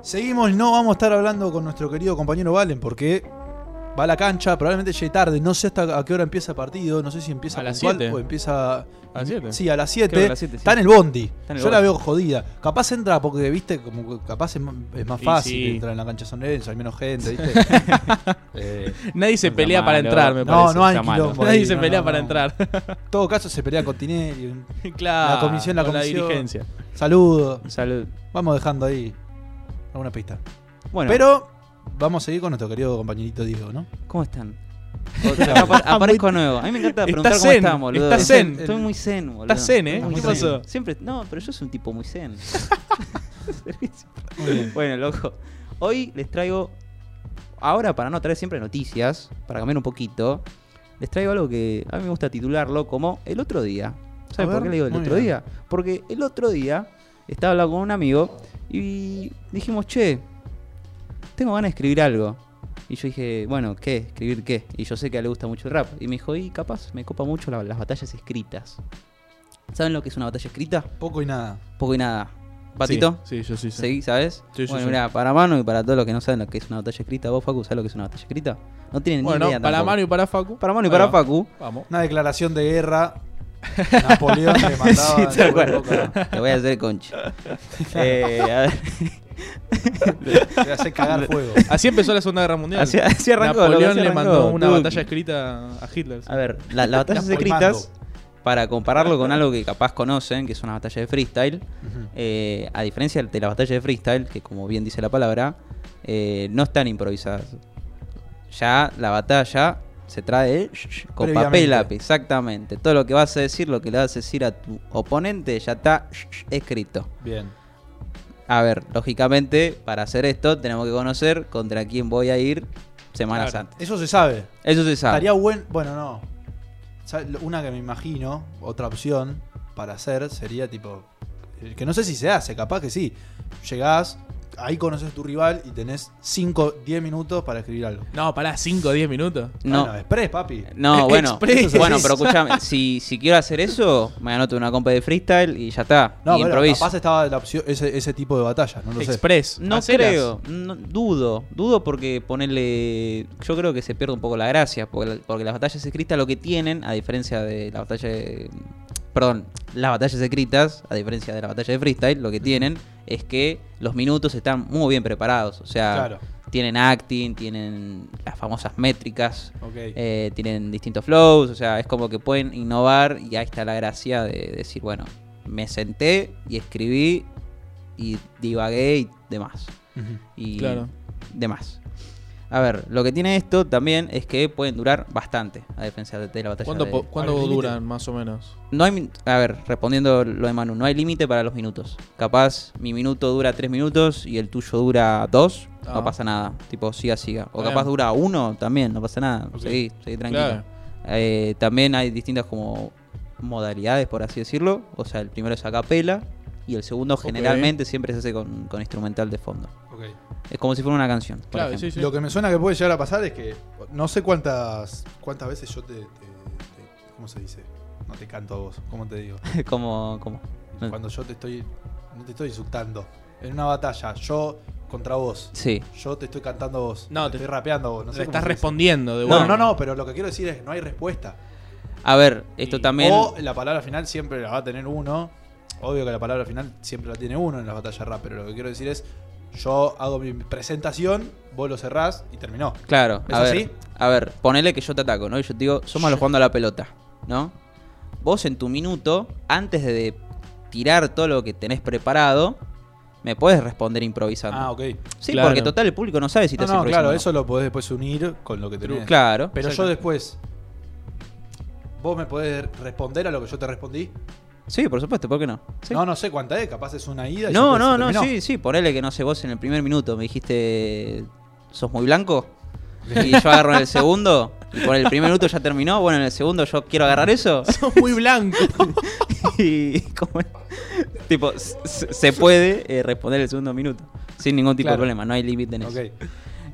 [SPEAKER 3] Seguimos, no vamos a estar hablando con nuestro querido compañero Valen porque va a la cancha, probablemente llegue tarde, no sé hasta a qué hora empieza el partido, no sé si empieza
[SPEAKER 5] A las
[SPEAKER 3] puntual
[SPEAKER 5] siete.
[SPEAKER 3] o empieza... A
[SPEAKER 5] las siete.
[SPEAKER 3] Sí, a las
[SPEAKER 5] Creo que
[SPEAKER 3] 7.
[SPEAKER 5] a las siete, sí.
[SPEAKER 3] Está en el bondi.
[SPEAKER 5] en el
[SPEAKER 3] Yo la
[SPEAKER 5] bondi.
[SPEAKER 3] veo jodida. Capaz entra porque, viste, como que capaz es, más- es más
[SPEAKER 5] Y
[SPEAKER 3] fácil
[SPEAKER 5] sí.
[SPEAKER 3] entrar en la cancha de San Lorenzo, hay menos gente,
[SPEAKER 5] *laughs*
[SPEAKER 3] viste. Eh,
[SPEAKER 5] Nadie se
[SPEAKER 3] no
[SPEAKER 5] pelea
[SPEAKER 3] está
[SPEAKER 5] para
[SPEAKER 3] malo.
[SPEAKER 5] entrar,
[SPEAKER 3] No,
[SPEAKER 5] me parece.
[SPEAKER 3] no hay
[SPEAKER 5] Está malo.
[SPEAKER 3] quilombo
[SPEAKER 5] Nadie
[SPEAKER 3] ahí,
[SPEAKER 5] se
[SPEAKER 3] no,
[SPEAKER 5] pelea
[SPEAKER 3] no,
[SPEAKER 5] para
[SPEAKER 3] no.
[SPEAKER 5] entrar. *laughs*
[SPEAKER 3] En todo caso se pelea con Tinelli.
[SPEAKER 5] Claro,
[SPEAKER 3] La comisión, la
[SPEAKER 5] con la
[SPEAKER 3] comisión.
[SPEAKER 5] dirigencia.
[SPEAKER 3] Saludo.
[SPEAKER 4] Salud.
[SPEAKER 3] Vamos dejando ahí alguna pista.
[SPEAKER 4] Bueno.
[SPEAKER 3] Pero vamos a seguir con nuestro querido compañerito Diego,
[SPEAKER 4] *laughs*
[SPEAKER 3] ¿no?
[SPEAKER 4] ¿Cómo están? Apa- Aparezco nuevo. A mí me encanta preguntar
[SPEAKER 5] Está
[SPEAKER 4] cómo
[SPEAKER 5] zen,
[SPEAKER 4] estamos, boludo.
[SPEAKER 5] está zen.
[SPEAKER 4] Estoy muy zen, boludo.
[SPEAKER 5] Está zen, ¿eh?
[SPEAKER 4] Estoy
[SPEAKER 5] ¿Qué
[SPEAKER 4] muy zen.
[SPEAKER 5] pasó?
[SPEAKER 4] Siempre, no, pero yo soy un tipo muy zen. *laughs* bueno, loco. Hoy les traigo, ahora para no traer siempre noticias, para cambiar un poquito, les traigo algo que a mí me gusta titularlo como El otro día. ¿Sabe
[SPEAKER 16] A
[SPEAKER 4] por
[SPEAKER 16] ver,
[SPEAKER 4] qué le digo el
[SPEAKER 16] muy
[SPEAKER 4] otro
[SPEAKER 16] bien.
[SPEAKER 4] día? Porque el otro día estaba hablando con un amigo y dijimos, che, tengo ganas de escribir algo. Y yo dije, bueno, ¿qué? ¿Escribir qué? Y yo sé que a él le gusta mucho el rap. Y me dijo, y capaz, me copa mucho la- las batallas escritas. ¿Saben lo que es una batalla escrita?
[SPEAKER 3] Poco y nada.
[SPEAKER 4] Poco y nada. ¿Patito?
[SPEAKER 5] Sí, sí, yo sí sé.
[SPEAKER 4] ¿Seguí, sabes?
[SPEAKER 5] Sí, yo
[SPEAKER 4] bueno,
[SPEAKER 5] sé.
[SPEAKER 4] mira, para mano y para todos los que no saben lo que es una batalla escrita, vos, Facu, ¿sabes lo que es una batalla escrita? No tienen
[SPEAKER 5] Bueno,
[SPEAKER 4] ni idea.
[SPEAKER 5] para
[SPEAKER 4] tampoco.
[SPEAKER 5] Manu y para Facu.
[SPEAKER 4] Para Manu y para
[SPEAKER 5] Ahí va.
[SPEAKER 4] Facu.
[SPEAKER 5] Vamos.
[SPEAKER 3] Una declaración de guerra. Napoleón le mandaba.
[SPEAKER 4] *laughs* Sí, tal
[SPEAKER 3] de
[SPEAKER 4] cual.
[SPEAKER 3] boca.
[SPEAKER 4] Te voy a hacer
[SPEAKER 5] *laughs*
[SPEAKER 4] concha. Eh, a ver.
[SPEAKER 3] Te voy a hacer cagar fuego.
[SPEAKER 5] Así empezó la Segunda Guerra Mundial.
[SPEAKER 4] Así- así arrancó,
[SPEAKER 5] Napoleón
[SPEAKER 4] loco, así
[SPEAKER 5] le
[SPEAKER 4] arrancó,
[SPEAKER 5] mandó una
[SPEAKER 4] tuki.
[SPEAKER 5] batalla escrita a Hitler.
[SPEAKER 4] A ver, la- las batallas escritas, para compararlo con algo que capaz conocen, que es una batalla de freestyle, eh, a diferencia de la batalla de freestyle, que como bien dice la palabra, eh, no están improvisadas. Ya la batalla se trae con
[SPEAKER 16] Previamente.
[SPEAKER 4] papel lápiz, exactamente. Todo lo que vas a decir, lo que le vas a decir a tu oponente, ya está escrito.
[SPEAKER 3] Bien.
[SPEAKER 4] A ver, lógicamente, para hacer esto tenemos que conocer contra quién voy a ir semanas
[SPEAKER 3] Claro,
[SPEAKER 4] antes.
[SPEAKER 3] Eso se sabe.
[SPEAKER 4] Eso se sabe.
[SPEAKER 3] Estaría buen. Bueno, no. Sa- lo- Una que me imagino, otra opción para hacer sería tipo. eh, Que no sé si se hace, capaz que sí. Llegás, ahí conoces tu rival y tenés 5, 10 minutos para escribir algo.
[SPEAKER 5] No, pará, 5 o 10 minutos.
[SPEAKER 4] No.
[SPEAKER 3] Bueno, express, papi. *laughs*
[SPEAKER 4] No, bueno,
[SPEAKER 3] Express.
[SPEAKER 4] bueno,
[SPEAKER 3] *laughs*
[SPEAKER 4] pero escúchame, si, si quiero hacer eso, me anoto una compa de freestyle y ya está.
[SPEAKER 3] No,
[SPEAKER 4] y
[SPEAKER 3] pero
[SPEAKER 4] improviso.
[SPEAKER 3] capaz estaba la opción, ese, ese tipo de batalla, no lo sé.
[SPEAKER 4] No creo, no- dudo, dudo porque ponerle, yo creo que se pierde un poco la gracia, porque, la- porque las batallas escritas lo que tienen, a diferencia de la batalla, de- perdón, las batallas escritas, a diferencia de la batalla de freestyle, lo que tienen es que los minutos están muy bien preparados, o sea,
[SPEAKER 3] Claro.
[SPEAKER 4] tienen acting, tienen las famosas métricas,
[SPEAKER 3] Ok.
[SPEAKER 4] eh, tienen distintos flows, o sea, es como que pueden innovar y ahí está la gracia de decir, bueno, me senté y escribí y divagué y demás.
[SPEAKER 3] Ujú.
[SPEAKER 4] Y
[SPEAKER 5] Claro.
[SPEAKER 4] demás. A ver, lo que tiene esto también es que pueden durar bastante, a diferencia de, de la batalla.
[SPEAKER 5] ¿Cuánto,
[SPEAKER 4] de-
[SPEAKER 5] po- cuánto duran, más o menos?
[SPEAKER 4] No hay, min- a ver, respondiendo lo de Manu, no hay límite para los minutos. Capaz mi minuto dura 3 minutos y el tuyo dura 2,
[SPEAKER 5] Ah.
[SPEAKER 4] no pasa nada. Tipo, siga, siga. O
[SPEAKER 5] Está
[SPEAKER 4] capaz
[SPEAKER 5] bien.
[SPEAKER 4] dura 1, también, no pasa nada. Seguí, seguí tranquilo.
[SPEAKER 5] Claro.
[SPEAKER 4] Eh, también hay distintas como modalidades, por así decirlo. O sea, el primero es a capela y el segundo generalmente siempre se hace con, con instrumental de fondo.
[SPEAKER 3] Ok.
[SPEAKER 4] Es como si fuera una canción. por ejemplo.
[SPEAKER 3] Lo que me suena que puede llegar a pasar es que no sé cuántas cuántas veces yo te, te- te- ¿cómo se dice? No te canto a vos, ¿cómo te digo?
[SPEAKER 4] *laughs* como, como.
[SPEAKER 3] Cuando yo te estoy no te estoy insultando. En una batalla, yo contra vos.
[SPEAKER 4] Sí.
[SPEAKER 3] Yo te estoy cantando a vos. No, te, estoy rapeando a vos. No
[SPEAKER 5] le
[SPEAKER 3] sé cómo *laughs*
[SPEAKER 5] estás
[SPEAKER 3] se dice.
[SPEAKER 5] respondiendo de
[SPEAKER 3] No,
[SPEAKER 5] vuelta.
[SPEAKER 3] no,
[SPEAKER 5] *laughs*
[SPEAKER 3] no, pero lo que quiero decir es que no hay respuesta.
[SPEAKER 4] A ver, esto también.
[SPEAKER 3] O la palabra final siempre la va a tener uno. Obvio que la palabra final siempre la tiene uno en las batallas rap, pero lo que quiero decir es yo hago mi presentación, vos lo cerrás y terminó.
[SPEAKER 4] Claro,
[SPEAKER 3] ¿Es
[SPEAKER 4] a ver,
[SPEAKER 3] así?
[SPEAKER 4] a ver, ponele que yo te ataco, ¿no? Y yo te digo, somos los jugando a la pelota, ¿no? Vos en tu minuto, antes de tirar todo lo que tenés preparado, me puedes responder improvisando.
[SPEAKER 3] Ah, ok.
[SPEAKER 4] Sí,
[SPEAKER 3] Claro.
[SPEAKER 4] porque total el público no sabe si te
[SPEAKER 3] No,
[SPEAKER 4] hace
[SPEAKER 3] no,
[SPEAKER 4] improvisando
[SPEAKER 3] claro,
[SPEAKER 4] o no.
[SPEAKER 3] eso lo podés después unir con lo que tenés.
[SPEAKER 4] Claro,
[SPEAKER 3] Pero yo
[SPEAKER 4] exacto.
[SPEAKER 3] después. Vos me podés responder a lo que yo te respondí.
[SPEAKER 4] Sí, por supuesto, ¿por qué no?
[SPEAKER 3] No, no sé cuánta es, capaz es una ida. y
[SPEAKER 4] No,
[SPEAKER 3] se-
[SPEAKER 4] no,
[SPEAKER 3] se
[SPEAKER 4] no,
[SPEAKER 3] terminó.
[SPEAKER 4] sí, sí, ponele que no sé, vos en el primer minuto me dijiste, sos muy
[SPEAKER 3] *laughs*
[SPEAKER 4] blanco, y yo agarro en el segundo, y por el primer minuto ya terminó, bueno, en el segundo yo quiero agarrar eso.
[SPEAKER 5] Sos muy *laughs* blanco.
[SPEAKER 4] *laughs* y como, tipo, s- s- se puede eh, responder el segundo minuto, sin ningún tipo
[SPEAKER 3] Claro.
[SPEAKER 4] de problema, no hay límite en eso.
[SPEAKER 3] Ok.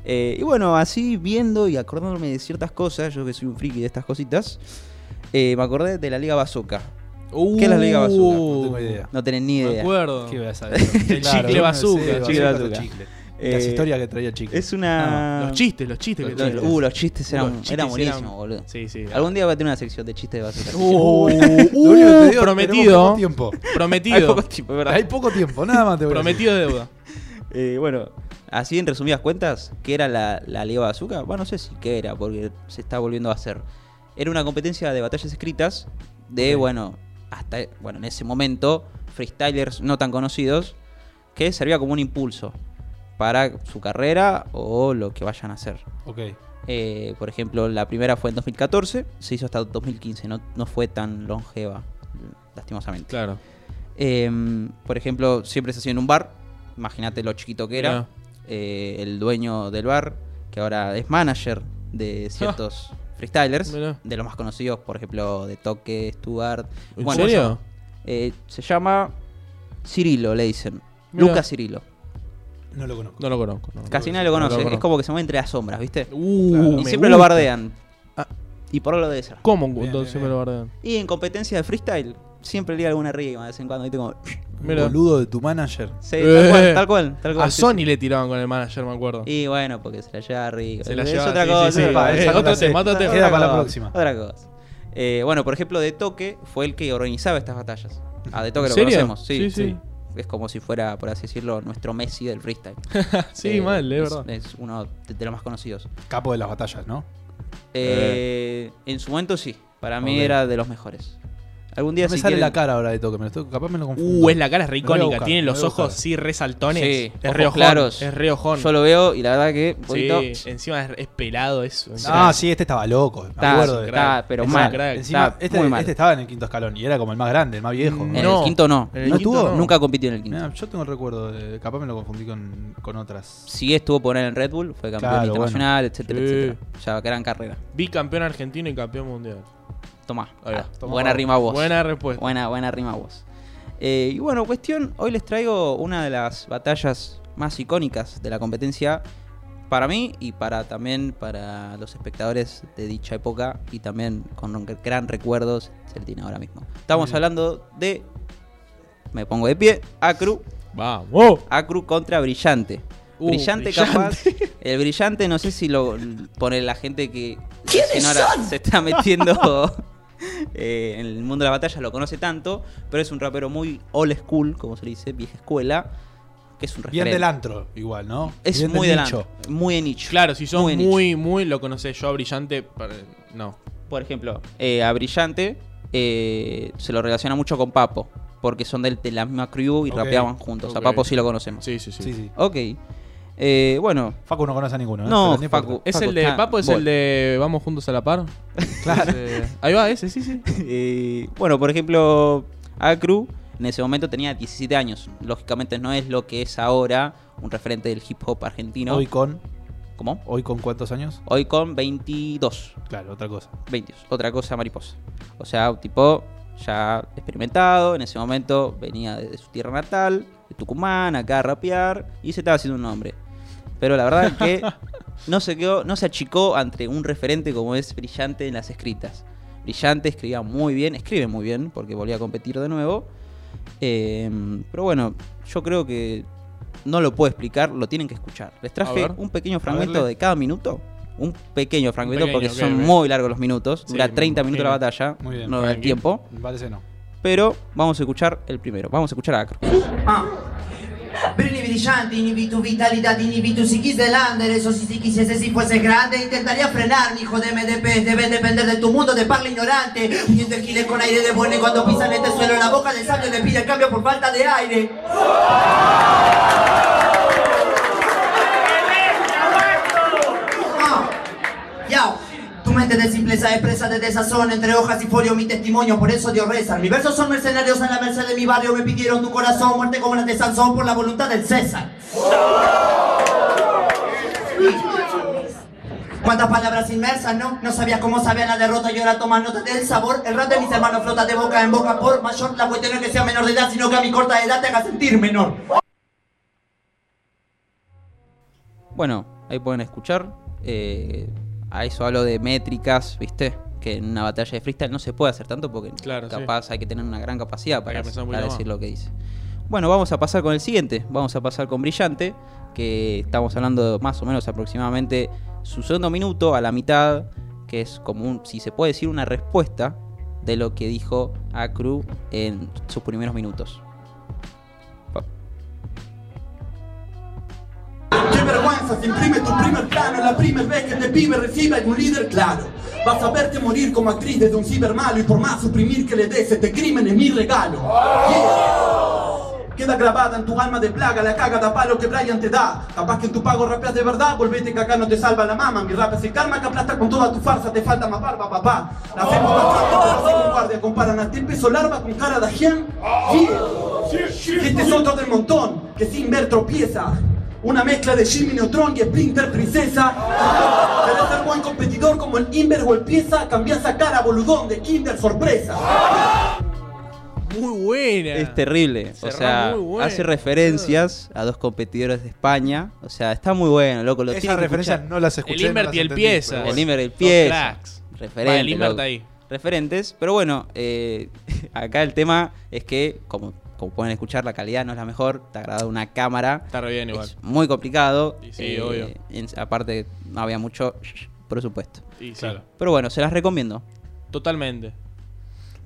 [SPEAKER 4] Eh, y bueno, así viendo y acordándome de ciertas cosas, yo que soy un friki de estas cositas, eh, me acordé de la Liga Bazooka. ¿Qué es la Liga Bazooka?
[SPEAKER 5] Uh, No tengo
[SPEAKER 3] idea.
[SPEAKER 4] No tenés ni idea.
[SPEAKER 5] Me acuerdo.
[SPEAKER 3] ¿Qué voy a saber? *laughs*
[SPEAKER 5] El
[SPEAKER 3] Claro,
[SPEAKER 5] chicle
[SPEAKER 3] no,
[SPEAKER 5] bazooka.
[SPEAKER 3] sí,
[SPEAKER 5] El
[SPEAKER 3] bazooka,
[SPEAKER 5] chicle
[SPEAKER 3] los
[SPEAKER 5] bazooka.
[SPEAKER 3] chicles. Las
[SPEAKER 4] Eh,
[SPEAKER 3] historias que traía chicle.
[SPEAKER 4] Es una.
[SPEAKER 5] Ah, los chistes, los chistes que traía.
[SPEAKER 4] Uh, los chistes eran,
[SPEAKER 5] Los chistes
[SPEAKER 4] eran buenísimos,
[SPEAKER 5] eran-
[SPEAKER 4] boludo.
[SPEAKER 5] Sí, sí.
[SPEAKER 4] Algún día voy a tener una sección de chistes de bazooka.
[SPEAKER 5] Uh,
[SPEAKER 3] Lo único que te digo, tenemos
[SPEAKER 5] prometido.
[SPEAKER 3] poco tiempo.
[SPEAKER 5] Prometido.
[SPEAKER 4] *laughs* Hay poco tiempo, es verdad.
[SPEAKER 3] Hay poco tiempo, nada más te voy a
[SPEAKER 5] Prometido
[SPEAKER 3] decir.
[SPEAKER 4] *laughs*
[SPEAKER 5] deuda.
[SPEAKER 4] Eh, bueno, así en resumidas cuentas, ¿qué era la, la Liga Bazooka? Bueno, no sé si qué era, porque se está volviendo a hacer. Era una competencia de batallas escritas de, bueno, hasta bueno, en ese momento, freestylers no tan conocidos, que servía como un impulso para su carrera o lo que vayan a hacer.
[SPEAKER 3] Ok.
[SPEAKER 4] Eh, por ejemplo, la primera fue en 2014, se hizo hasta 2015, no, no fue tan longeva, lastimosamente.
[SPEAKER 5] Claro.
[SPEAKER 4] Em, por ejemplo, siempre se hacía en un bar, imagínate lo chiquito que era,
[SPEAKER 5] Mirá. Ah.
[SPEAKER 4] eh, el dueño del bar, que ahora es manager de ciertos freestylers, de los más conocidos, por ejemplo, de Toque, Stuart.
[SPEAKER 5] ¿En serio?
[SPEAKER 4] eso, eh, se llama Cirilo, le dicen.
[SPEAKER 5] Mirá.
[SPEAKER 4] Lucas Cirilo.
[SPEAKER 3] No lo conozco.
[SPEAKER 5] No lo conozco. no.
[SPEAKER 4] Casi
[SPEAKER 5] No
[SPEAKER 4] nadie lo conoce. es
[SPEAKER 5] conozco.
[SPEAKER 4] como que se mueve entre las sombras, ¿viste?
[SPEAKER 5] Uh, me
[SPEAKER 4] y siempre lo
[SPEAKER 5] gusta. Ah.
[SPEAKER 4] bardean. Y por lo de esa.
[SPEAKER 5] ¿Cómo entonces me lo bardean?
[SPEAKER 4] Y en competencia de freestyle, siempre liga alguna rima de vez en cuando. ¿viste? Como...
[SPEAKER 5] Mirá.
[SPEAKER 3] Boludo de tu manager.
[SPEAKER 4] Sí, tal
[SPEAKER 5] Eh.
[SPEAKER 4] cual, tal cual. tal cual,
[SPEAKER 5] A
[SPEAKER 4] sí,
[SPEAKER 5] Sony le tiraban con el manager, me acuerdo.
[SPEAKER 4] Y bueno, porque se la lleva rico.
[SPEAKER 5] Se la
[SPEAKER 4] es
[SPEAKER 5] lleva,
[SPEAKER 4] otra
[SPEAKER 5] sí,
[SPEAKER 4] cosa.
[SPEAKER 5] sí, eh, sí.
[SPEAKER 4] otra
[SPEAKER 5] Va,
[SPEAKER 4] cosa.
[SPEAKER 5] esa
[SPEAKER 4] Otra
[SPEAKER 5] no sé.
[SPEAKER 4] cosa,
[SPEAKER 5] Mata tema.
[SPEAKER 4] otra
[SPEAKER 5] Queda para la
[SPEAKER 4] cosa,
[SPEAKER 5] próxima.
[SPEAKER 4] Otra cosa. Eh, bueno, por ejemplo, De Toque fue el que organizaba estas batallas. A De Toque
[SPEAKER 5] ¿En
[SPEAKER 4] lo
[SPEAKER 5] serio?
[SPEAKER 4] conocemos, sí,
[SPEAKER 5] Sí,
[SPEAKER 4] sí,
[SPEAKER 5] sí.
[SPEAKER 4] Es como si fuera, por así decirlo, nuestro Messi del freestyle.
[SPEAKER 5] *laughs*
[SPEAKER 4] Eh,
[SPEAKER 5] Sí, mal, es verdad.
[SPEAKER 4] Es uno de, de los más conocidos.
[SPEAKER 3] Capo de las batallas, ¿no?
[SPEAKER 4] Eh, En su momento sí, para mí
[SPEAKER 3] Ok.
[SPEAKER 4] era de los mejores. Algún día
[SPEAKER 3] No me
[SPEAKER 4] si
[SPEAKER 3] sale
[SPEAKER 4] quieren-
[SPEAKER 3] la cara ahora de toque, me lo estoy- capaz me lo confundo.
[SPEAKER 5] Uh, es la cara es re
[SPEAKER 3] Me lo voy a
[SPEAKER 5] icónica.
[SPEAKER 3] buscar,
[SPEAKER 5] Tiene
[SPEAKER 3] me
[SPEAKER 5] los
[SPEAKER 3] lo voy a
[SPEAKER 5] ojos
[SPEAKER 3] buscar.
[SPEAKER 5] sí resaltones.
[SPEAKER 4] Sí,
[SPEAKER 5] es
[SPEAKER 4] ojos
[SPEAKER 5] reojón.
[SPEAKER 4] claros.
[SPEAKER 5] Es reojón.
[SPEAKER 4] Yo lo veo y la verdad que. un
[SPEAKER 5] Sí,
[SPEAKER 4] poquito-
[SPEAKER 5] encima es, es pelado eso.
[SPEAKER 3] Ah, sí, este estaba loco. Me
[SPEAKER 4] Está,
[SPEAKER 3] acuerdo de-
[SPEAKER 4] está, pero
[SPEAKER 3] Encima-
[SPEAKER 4] mal,
[SPEAKER 3] Encima,
[SPEAKER 4] está
[SPEAKER 3] este,
[SPEAKER 4] muy mal.
[SPEAKER 3] este estaba en el quinto escalón y era como el más grande, el más viejo.
[SPEAKER 5] Mm,
[SPEAKER 4] En el quinto no.
[SPEAKER 3] ¿No estuvo?
[SPEAKER 4] Nunca compitió en el quinto.
[SPEAKER 3] Mirá, yo tengo el recuerdo, de, capaz me lo confundí con, con otras.
[SPEAKER 4] Sí estuvo por ahí en Red Bull, fue campeón
[SPEAKER 3] Claro,
[SPEAKER 4] internacional, etcétera,
[SPEAKER 5] Sí.
[SPEAKER 4] etcétera. Ya gran carrera.
[SPEAKER 5] Bicampeón argentino y campeón mundial.
[SPEAKER 4] Tomá.
[SPEAKER 5] Ahí va.
[SPEAKER 4] Ah, buena rima vos.
[SPEAKER 5] Buena respuesta.
[SPEAKER 4] Buena, buena rima vos. Eh, y bueno, cuestión, hoy les traigo una de las batallas más icónicas de la competencia para mí y para también para los espectadores de dicha época y también con un gran recuerdo se le tiene ahora mismo. Estamos hablando de me pongo de pie, Acru.
[SPEAKER 5] Vamos.
[SPEAKER 4] Acru contra Brillante.
[SPEAKER 5] Uh,
[SPEAKER 4] brillante,
[SPEAKER 5] Brillante.
[SPEAKER 4] capaz. *laughs* El brillante, no sé si lo pone la gente que
[SPEAKER 5] ¿Quiénes
[SPEAKER 4] recién ahora
[SPEAKER 5] son?
[SPEAKER 4] se está metiendo *laughs* eh, en el mundo de la batalla, lo conoce tanto, pero es un rapero muy old school, como se le dice, vieja escuela, que es un
[SPEAKER 3] Bien
[SPEAKER 4] referente.
[SPEAKER 3] del antro, igual, ¿no?
[SPEAKER 4] Es
[SPEAKER 3] Bien
[SPEAKER 4] muy
[SPEAKER 3] del
[SPEAKER 4] del
[SPEAKER 3] nicho.
[SPEAKER 4] antro, muy de nicho.
[SPEAKER 5] Claro, si son
[SPEAKER 4] Muy
[SPEAKER 5] muy,
[SPEAKER 4] de nicho.
[SPEAKER 5] muy, lo conocés. Yo a Brillante, para- no.
[SPEAKER 4] Por ejemplo, eh, a Brillante eh, se lo relaciona mucho con Papo, porque son del- de la misma crew y
[SPEAKER 3] Ok,
[SPEAKER 4] rapeaban juntos.
[SPEAKER 3] ok.
[SPEAKER 4] A Papo sí lo conocemos.
[SPEAKER 5] Sí, sí, sí.
[SPEAKER 3] Sí, sí.
[SPEAKER 4] Ok. Eh, bueno.
[SPEAKER 3] Facu no conoce a ninguno, ¿eh?
[SPEAKER 4] No,
[SPEAKER 3] Pero importa.
[SPEAKER 4] Facu.
[SPEAKER 5] ¿Es el de
[SPEAKER 4] está-
[SPEAKER 5] Papo? ¿Es
[SPEAKER 4] voy.
[SPEAKER 5] el de Vamos Juntos a la
[SPEAKER 3] *laughs*
[SPEAKER 5] Par? Claro. ahí va, ese, sí, sí.
[SPEAKER 4] *laughs* Eh, bueno, por ejemplo, Acru en ese momento tenía 17 años. Lógicamente no es lo que es ahora un referente del hip hop argentino.
[SPEAKER 3] Hoy con.
[SPEAKER 4] ¿Cómo?
[SPEAKER 3] ¿Hoy con cuántos años?
[SPEAKER 4] Hoy con 22.
[SPEAKER 3] Claro, otra cosa.
[SPEAKER 4] 22. Otra cosa mariposa. O sea, un tipo ya experimentado. En ese momento venía de, de su tierra natal, de Tucumán, acá a rapear. Y se estaba haciendo un nombre. Pero la verdad es
[SPEAKER 5] *laughs*
[SPEAKER 4] que no se quedó, no se achicó ante un referente como es Brillante en las escritas. Brillante escribía muy bien, escribe muy bien, porque volvió a competir de nuevo. Eh, pero bueno, yo creo que no lo puedo explicar, lo tienen que escuchar. Les traje
[SPEAKER 5] ver.
[SPEAKER 4] un pequeño
[SPEAKER 5] A
[SPEAKER 4] fragmento
[SPEAKER 5] verle.
[SPEAKER 4] de cada minuto. Un pequeño fragmento,
[SPEAKER 5] pequeño,
[SPEAKER 4] porque
[SPEAKER 5] ok,
[SPEAKER 4] son
[SPEAKER 5] ok.
[SPEAKER 4] muy largos los minutos.
[SPEAKER 5] Sí,
[SPEAKER 4] Dura
[SPEAKER 5] me
[SPEAKER 4] 30 minutos la
[SPEAKER 5] imagino.
[SPEAKER 4] batalla,
[SPEAKER 3] Muy bien,
[SPEAKER 4] no da el
[SPEAKER 3] tranqui.
[SPEAKER 4] tiempo.
[SPEAKER 3] Me parece no.
[SPEAKER 4] Pero vamos a escuchar el primero, vamos a escuchar a Acro.
[SPEAKER 16] Brilli brillanti, inhibito vitalidad, inhibito si quis delander, eso sí, si quisiese, si fuese grande, intentaría frenarme, hijo de MDP, debe depender de tu mundo de parla ignorante, huyendo giles con aire de bueno y cuando pisan este suelo, la boca del sabio le pide el cambio por falta de aire. Ah, Yao. Tu mente de simpleza expresa de desazón entre hojas y folio mi testimonio, por eso Dios reza. Mis versos son mercenarios a la merced de mi barrio, me pidieron tu corazón, muerte como la de Sansón por la voluntad del César. Cuántas palabras inmersas, ¿no? No sabías cómo sabía la derrota y ahora tomas nota del sabor. El rap de mis hermanos flota de boca en boca por mayor. La cuestión no es que sea menor de edad, sino que a mi corta edad te haga sentir menor.
[SPEAKER 4] Bueno, ahí pueden escuchar. eh, a eso hablo de métricas, ¿viste? Que en una batalla de freestyle no se puede hacer tanto porque
[SPEAKER 5] Claro, sí.
[SPEAKER 4] capaz hay que tener una gran capacidad para,
[SPEAKER 5] que pensar un
[SPEAKER 4] para
[SPEAKER 5] poquito
[SPEAKER 4] decir
[SPEAKER 5] más.
[SPEAKER 4] lo que dice. Bueno, vamos a pasar con el siguiente. Vamos a pasar con Brillante, que estamos hablando de más o menos aproximadamente su segundo minuto a la mitad, que es como, un, si se puede decir, una respuesta de lo que dijo Acru en sus primeros minutos.
[SPEAKER 16] Qué vergüenza se imprime tu primer plano La primera vez que este pibe recibe algún líder claro Vas a verte morir como actriz desde un ciber malo Y por más suprimir que le des este crimen es mi regalo Yeah. Queda grabada en tu alma de plaga la caga de palo que Brian te da Capaz que en tu pago rapeas de verdad Volvete que acá no te salva la mama Mi rap es el karma que aplasta con toda tu farsa Te falta más barba papá La hacemos bastante pero hacemos guardia Comparan a este peso larva con cara de ajián Yeah. Y este es otro del montón Que sin ver tropieza una mezcla de Jimmy Neutron y Splinter Princesa. Querés ser buen competidor como el Inver o el Pieza, cambiás a cara boludón de Kinder Sorpresa.
[SPEAKER 5] Muy buena.
[SPEAKER 4] Es terrible. O
[SPEAKER 5] Cerrá
[SPEAKER 4] sea,
[SPEAKER 5] muy buena.
[SPEAKER 4] hace referencias a dos competidores de España. O sea, está muy bueno, loco. Lo
[SPEAKER 3] Esas
[SPEAKER 4] tienen que
[SPEAKER 3] referencias
[SPEAKER 4] escuchar.
[SPEAKER 3] no las escuché, El no Inver las y el entendí, Pieza. pero
[SPEAKER 4] El
[SPEAKER 3] bueno.
[SPEAKER 4] Inver y el
[SPEAKER 3] Son
[SPEAKER 4] Pieza.
[SPEAKER 3] cracks.
[SPEAKER 4] Referente,
[SPEAKER 5] Va, el Inver
[SPEAKER 4] loco.
[SPEAKER 5] está ahí.
[SPEAKER 4] Referentes. Pero bueno, eh, *laughs* acá el tema es que, como, como pueden escuchar, la calidad no es la mejor. Está grabada una cámara.
[SPEAKER 5] Está re bien igual.
[SPEAKER 4] Es muy complicado. eh,
[SPEAKER 5] Y sí, obvio.
[SPEAKER 4] en- aparte, no había mucho presupuesto.
[SPEAKER 5] Y sí. Claro.
[SPEAKER 4] Pero bueno, se
[SPEAKER 3] *laughs*
[SPEAKER 4] las recomiendo.
[SPEAKER 5] Totalmente.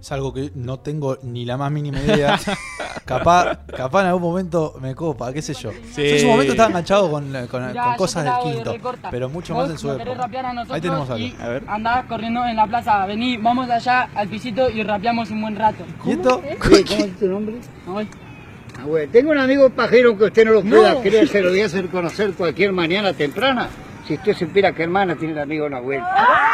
[SPEAKER 3] Es algo que no tengo ni la más mínima idea. *laughs* capaz, capaz en algún momento me copa, qué sé yo. Yo en su momento estaba enganchado con, con- con
[SPEAKER 17] Ya, yo
[SPEAKER 3] cosas
[SPEAKER 17] te la
[SPEAKER 3] del
[SPEAKER 17] doy,
[SPEAKER 3] quinto,
[SPEAKER 17] recorta.
[SPEAKER 3] pero mucho
[SPEAKER 17] Vos
[SPEAKER 3] más en su
[SPEAKER 17] nos querés
[SPEAKER 3] época.
[SPEAKER 17] rapear a nosotros
[SPEAKER 3] Ahí tenemos algo.
[SPEAKER 17] y
[SPEAKER 3] A ver.
[SPEAKER 17] Andás corriendo en la plaza, vení, vamos allá al pisito y rapeamos un buen rato.
[SPEAKER 3] ¿Y esto?
[SPEAKER 18] ¿Cómo es tu nombre? Nahuel. Ah, Tengo un amigo pajero que usted no lo pueda
[SPEAKER 17] No.
[SPEAKER 18] creer, se lo voy a hacer conocer cualquier mañana temprana. Si usted supiera que hermana tiene el amigo Nahuel.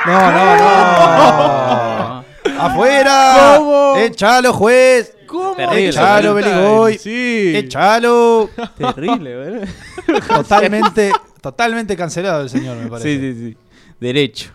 [SPEAKER 3] No, no, no. *laughs* ¡Afuera!
[SPEAKER 18] ¿Cómo?
[SPEAKER 3] ¡Echalo, juez!
[SPEAKER 5] ¿Cómo?
[SPEAKER 4] Terrible,
[SPEAKER 3] ¡Echalo,
[SPEAKER 4] boludo.
[SPEAKER 3] Beligoy!
[SPEAKER 5] Sí.
[SPEAKER 3] ¡Echalo!
[SPEAKER 4] Terrible, ¿verdad?
[SPEAKER 3] Totalmente, totalmente cancelado el señor, me parece.
[SPEAKER 4] Sí, sí, sí. Derecho.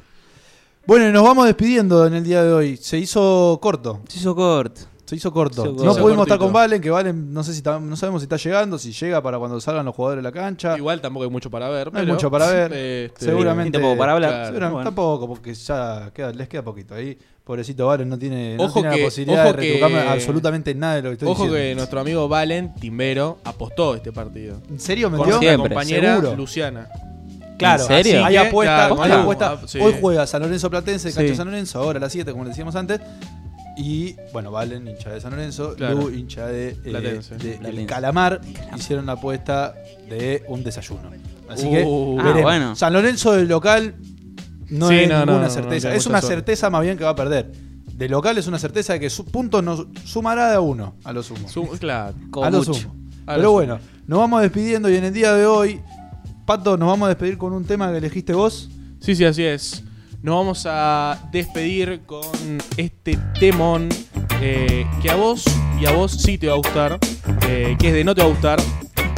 [SPEAKER 3] Bueno, y nos vamos despidiendo en el día de hoy. Se hizo corto.
[SPEAKER 4] Se hizo corto.
[SPEAKER 3] Se hizo corto.
[SPEAKER 4] Se hizo
[SPEAKER 3] No
[SPEAKER 4] corto.
[SPEAKER 3] pudimos estar
[SPEAKER 5] Cortito.
[SPEAKER 3] con Valen, que Valen no sé si está- no sabemos si está llegando, si llega para cuando salgan los jugadores de la cancha.
[SPEAKER 5] Igual tampoco hay mucho para ver.
[SPEAKER 3] No hay
[SPEAKER 5] pero-
[SPEAKER 3] mucho para ver.
[SPEAKER 5] Este,
[SPEAKER 3] seguramente.
[SPEAKER 4] tampoco para hablar.
[SPEAKER 3] Claro,
[SPEAKER 4] Seguramente. Bueno.
[SPEAKER 3] Tampoco, porque ya queda- les queda poquito. Ahí, pobrecito Valen, no tiene, no
[SPEAKER 5] Ojo
[SPEAKER 3] tiene
[SPEAKER 5] que-
[SPEAKER 3] la posibilidad de
[SPEAKER 5] ojo que-
[SPEAKER 3] retrucarme absolutamente nada de lo que estoy
[SPEAKER 5] Ojo que
[SPEAKER 3] diciendo.
[SPEAKER 5] nuestro amigo Valen Timbero apostó este partido.
[SPEAKER 3] ¿En serio
[SPEAKER 5] Con
[SPEAKER 3] metió?
[SPEAKER 5] nuestra
[SPEAKER 3] Siempre,
[SPEAKER 5] compañera
[SPEAKER 3] seguro.
[SPEAKER 5] Luciana.
[SPEAKER 3] Claro, así hay
[SPEAKER 5] Así que,
[SPEAKER 3] apuesta.
[SPEAKER 5] claro,
[SPEAKER 3] hay
[SPEAKER 5] claro.
[SPEAKER 3] apuesta.
[SPEAKER 5] Ah, sí.
[SPEAKER 3] Hoy juega San Lorenzo Platense, Cancha
[SPEAKER 5] Sí.
[SPEAKER 3] San Lorenzo, ahora a las 7, como le decíamos antes. Y bueno, Valen, hincha de San Lorenzo,
[SPEAKER 5] Claro.
[SPEAKER 3] Lu, hincha de, eh,
[SPEAKER 5] Platense.
[SPEAKER 3] de El
[SPEAKER 5] Platense.
[SPEAKER 3] Calamar, hicieron la apuesta de un desayuno. Así
[SPEAKER 5] Uh,
[SPEAKER 3] que
[SPEAKER 5] ah,
[SPEAKER 3] veremos.
[SPEAKER 5] bueno.
[SPEAKER 3] San Lorenzo del local no
[SPEAKER 5] Sí,
[SPEAKER 3] es
[SPEAKER 5] no, no,
[SPEAKER 3] ninguna
[SPEAKER 5] no,
[SPEAKER 3] certeza.
[SPEAKER 5] no, no,
[SPEAKER 3] es una
[SPEAKER 5] mucha suerte.
[SPEAKER 3] certeza más bien que va a perder. De local es una certeza de que su punto no sumará de a uno, a lo sumo.
[SPEAKER 5] Su- claro.
[SPEAKER 3] a lo
[SPEAKER 5] mucho.
[SPEAKER 3] sumo.
[SPEAKER 5] A
[SPEAKER 3] Pero
[SPEAKER 5] lo sumo.
[SPEAKER 3] bueno, nos vamos despidiendo y en el día de hoy, Pato, nos vamos a despedir con un tema que elegiste vos.
[SPEAKER 5] Sí, sí, así es. Nos vamos a despedir con este temón eh, que a vos y a vos sí te va a gustar, eh, que es de No Te Va a Gustar,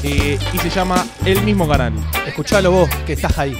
[SPEAKER 5] eh, y se llama El mismo canal.
[SPEAKER 3] Escuchalo vos, que estás ahí.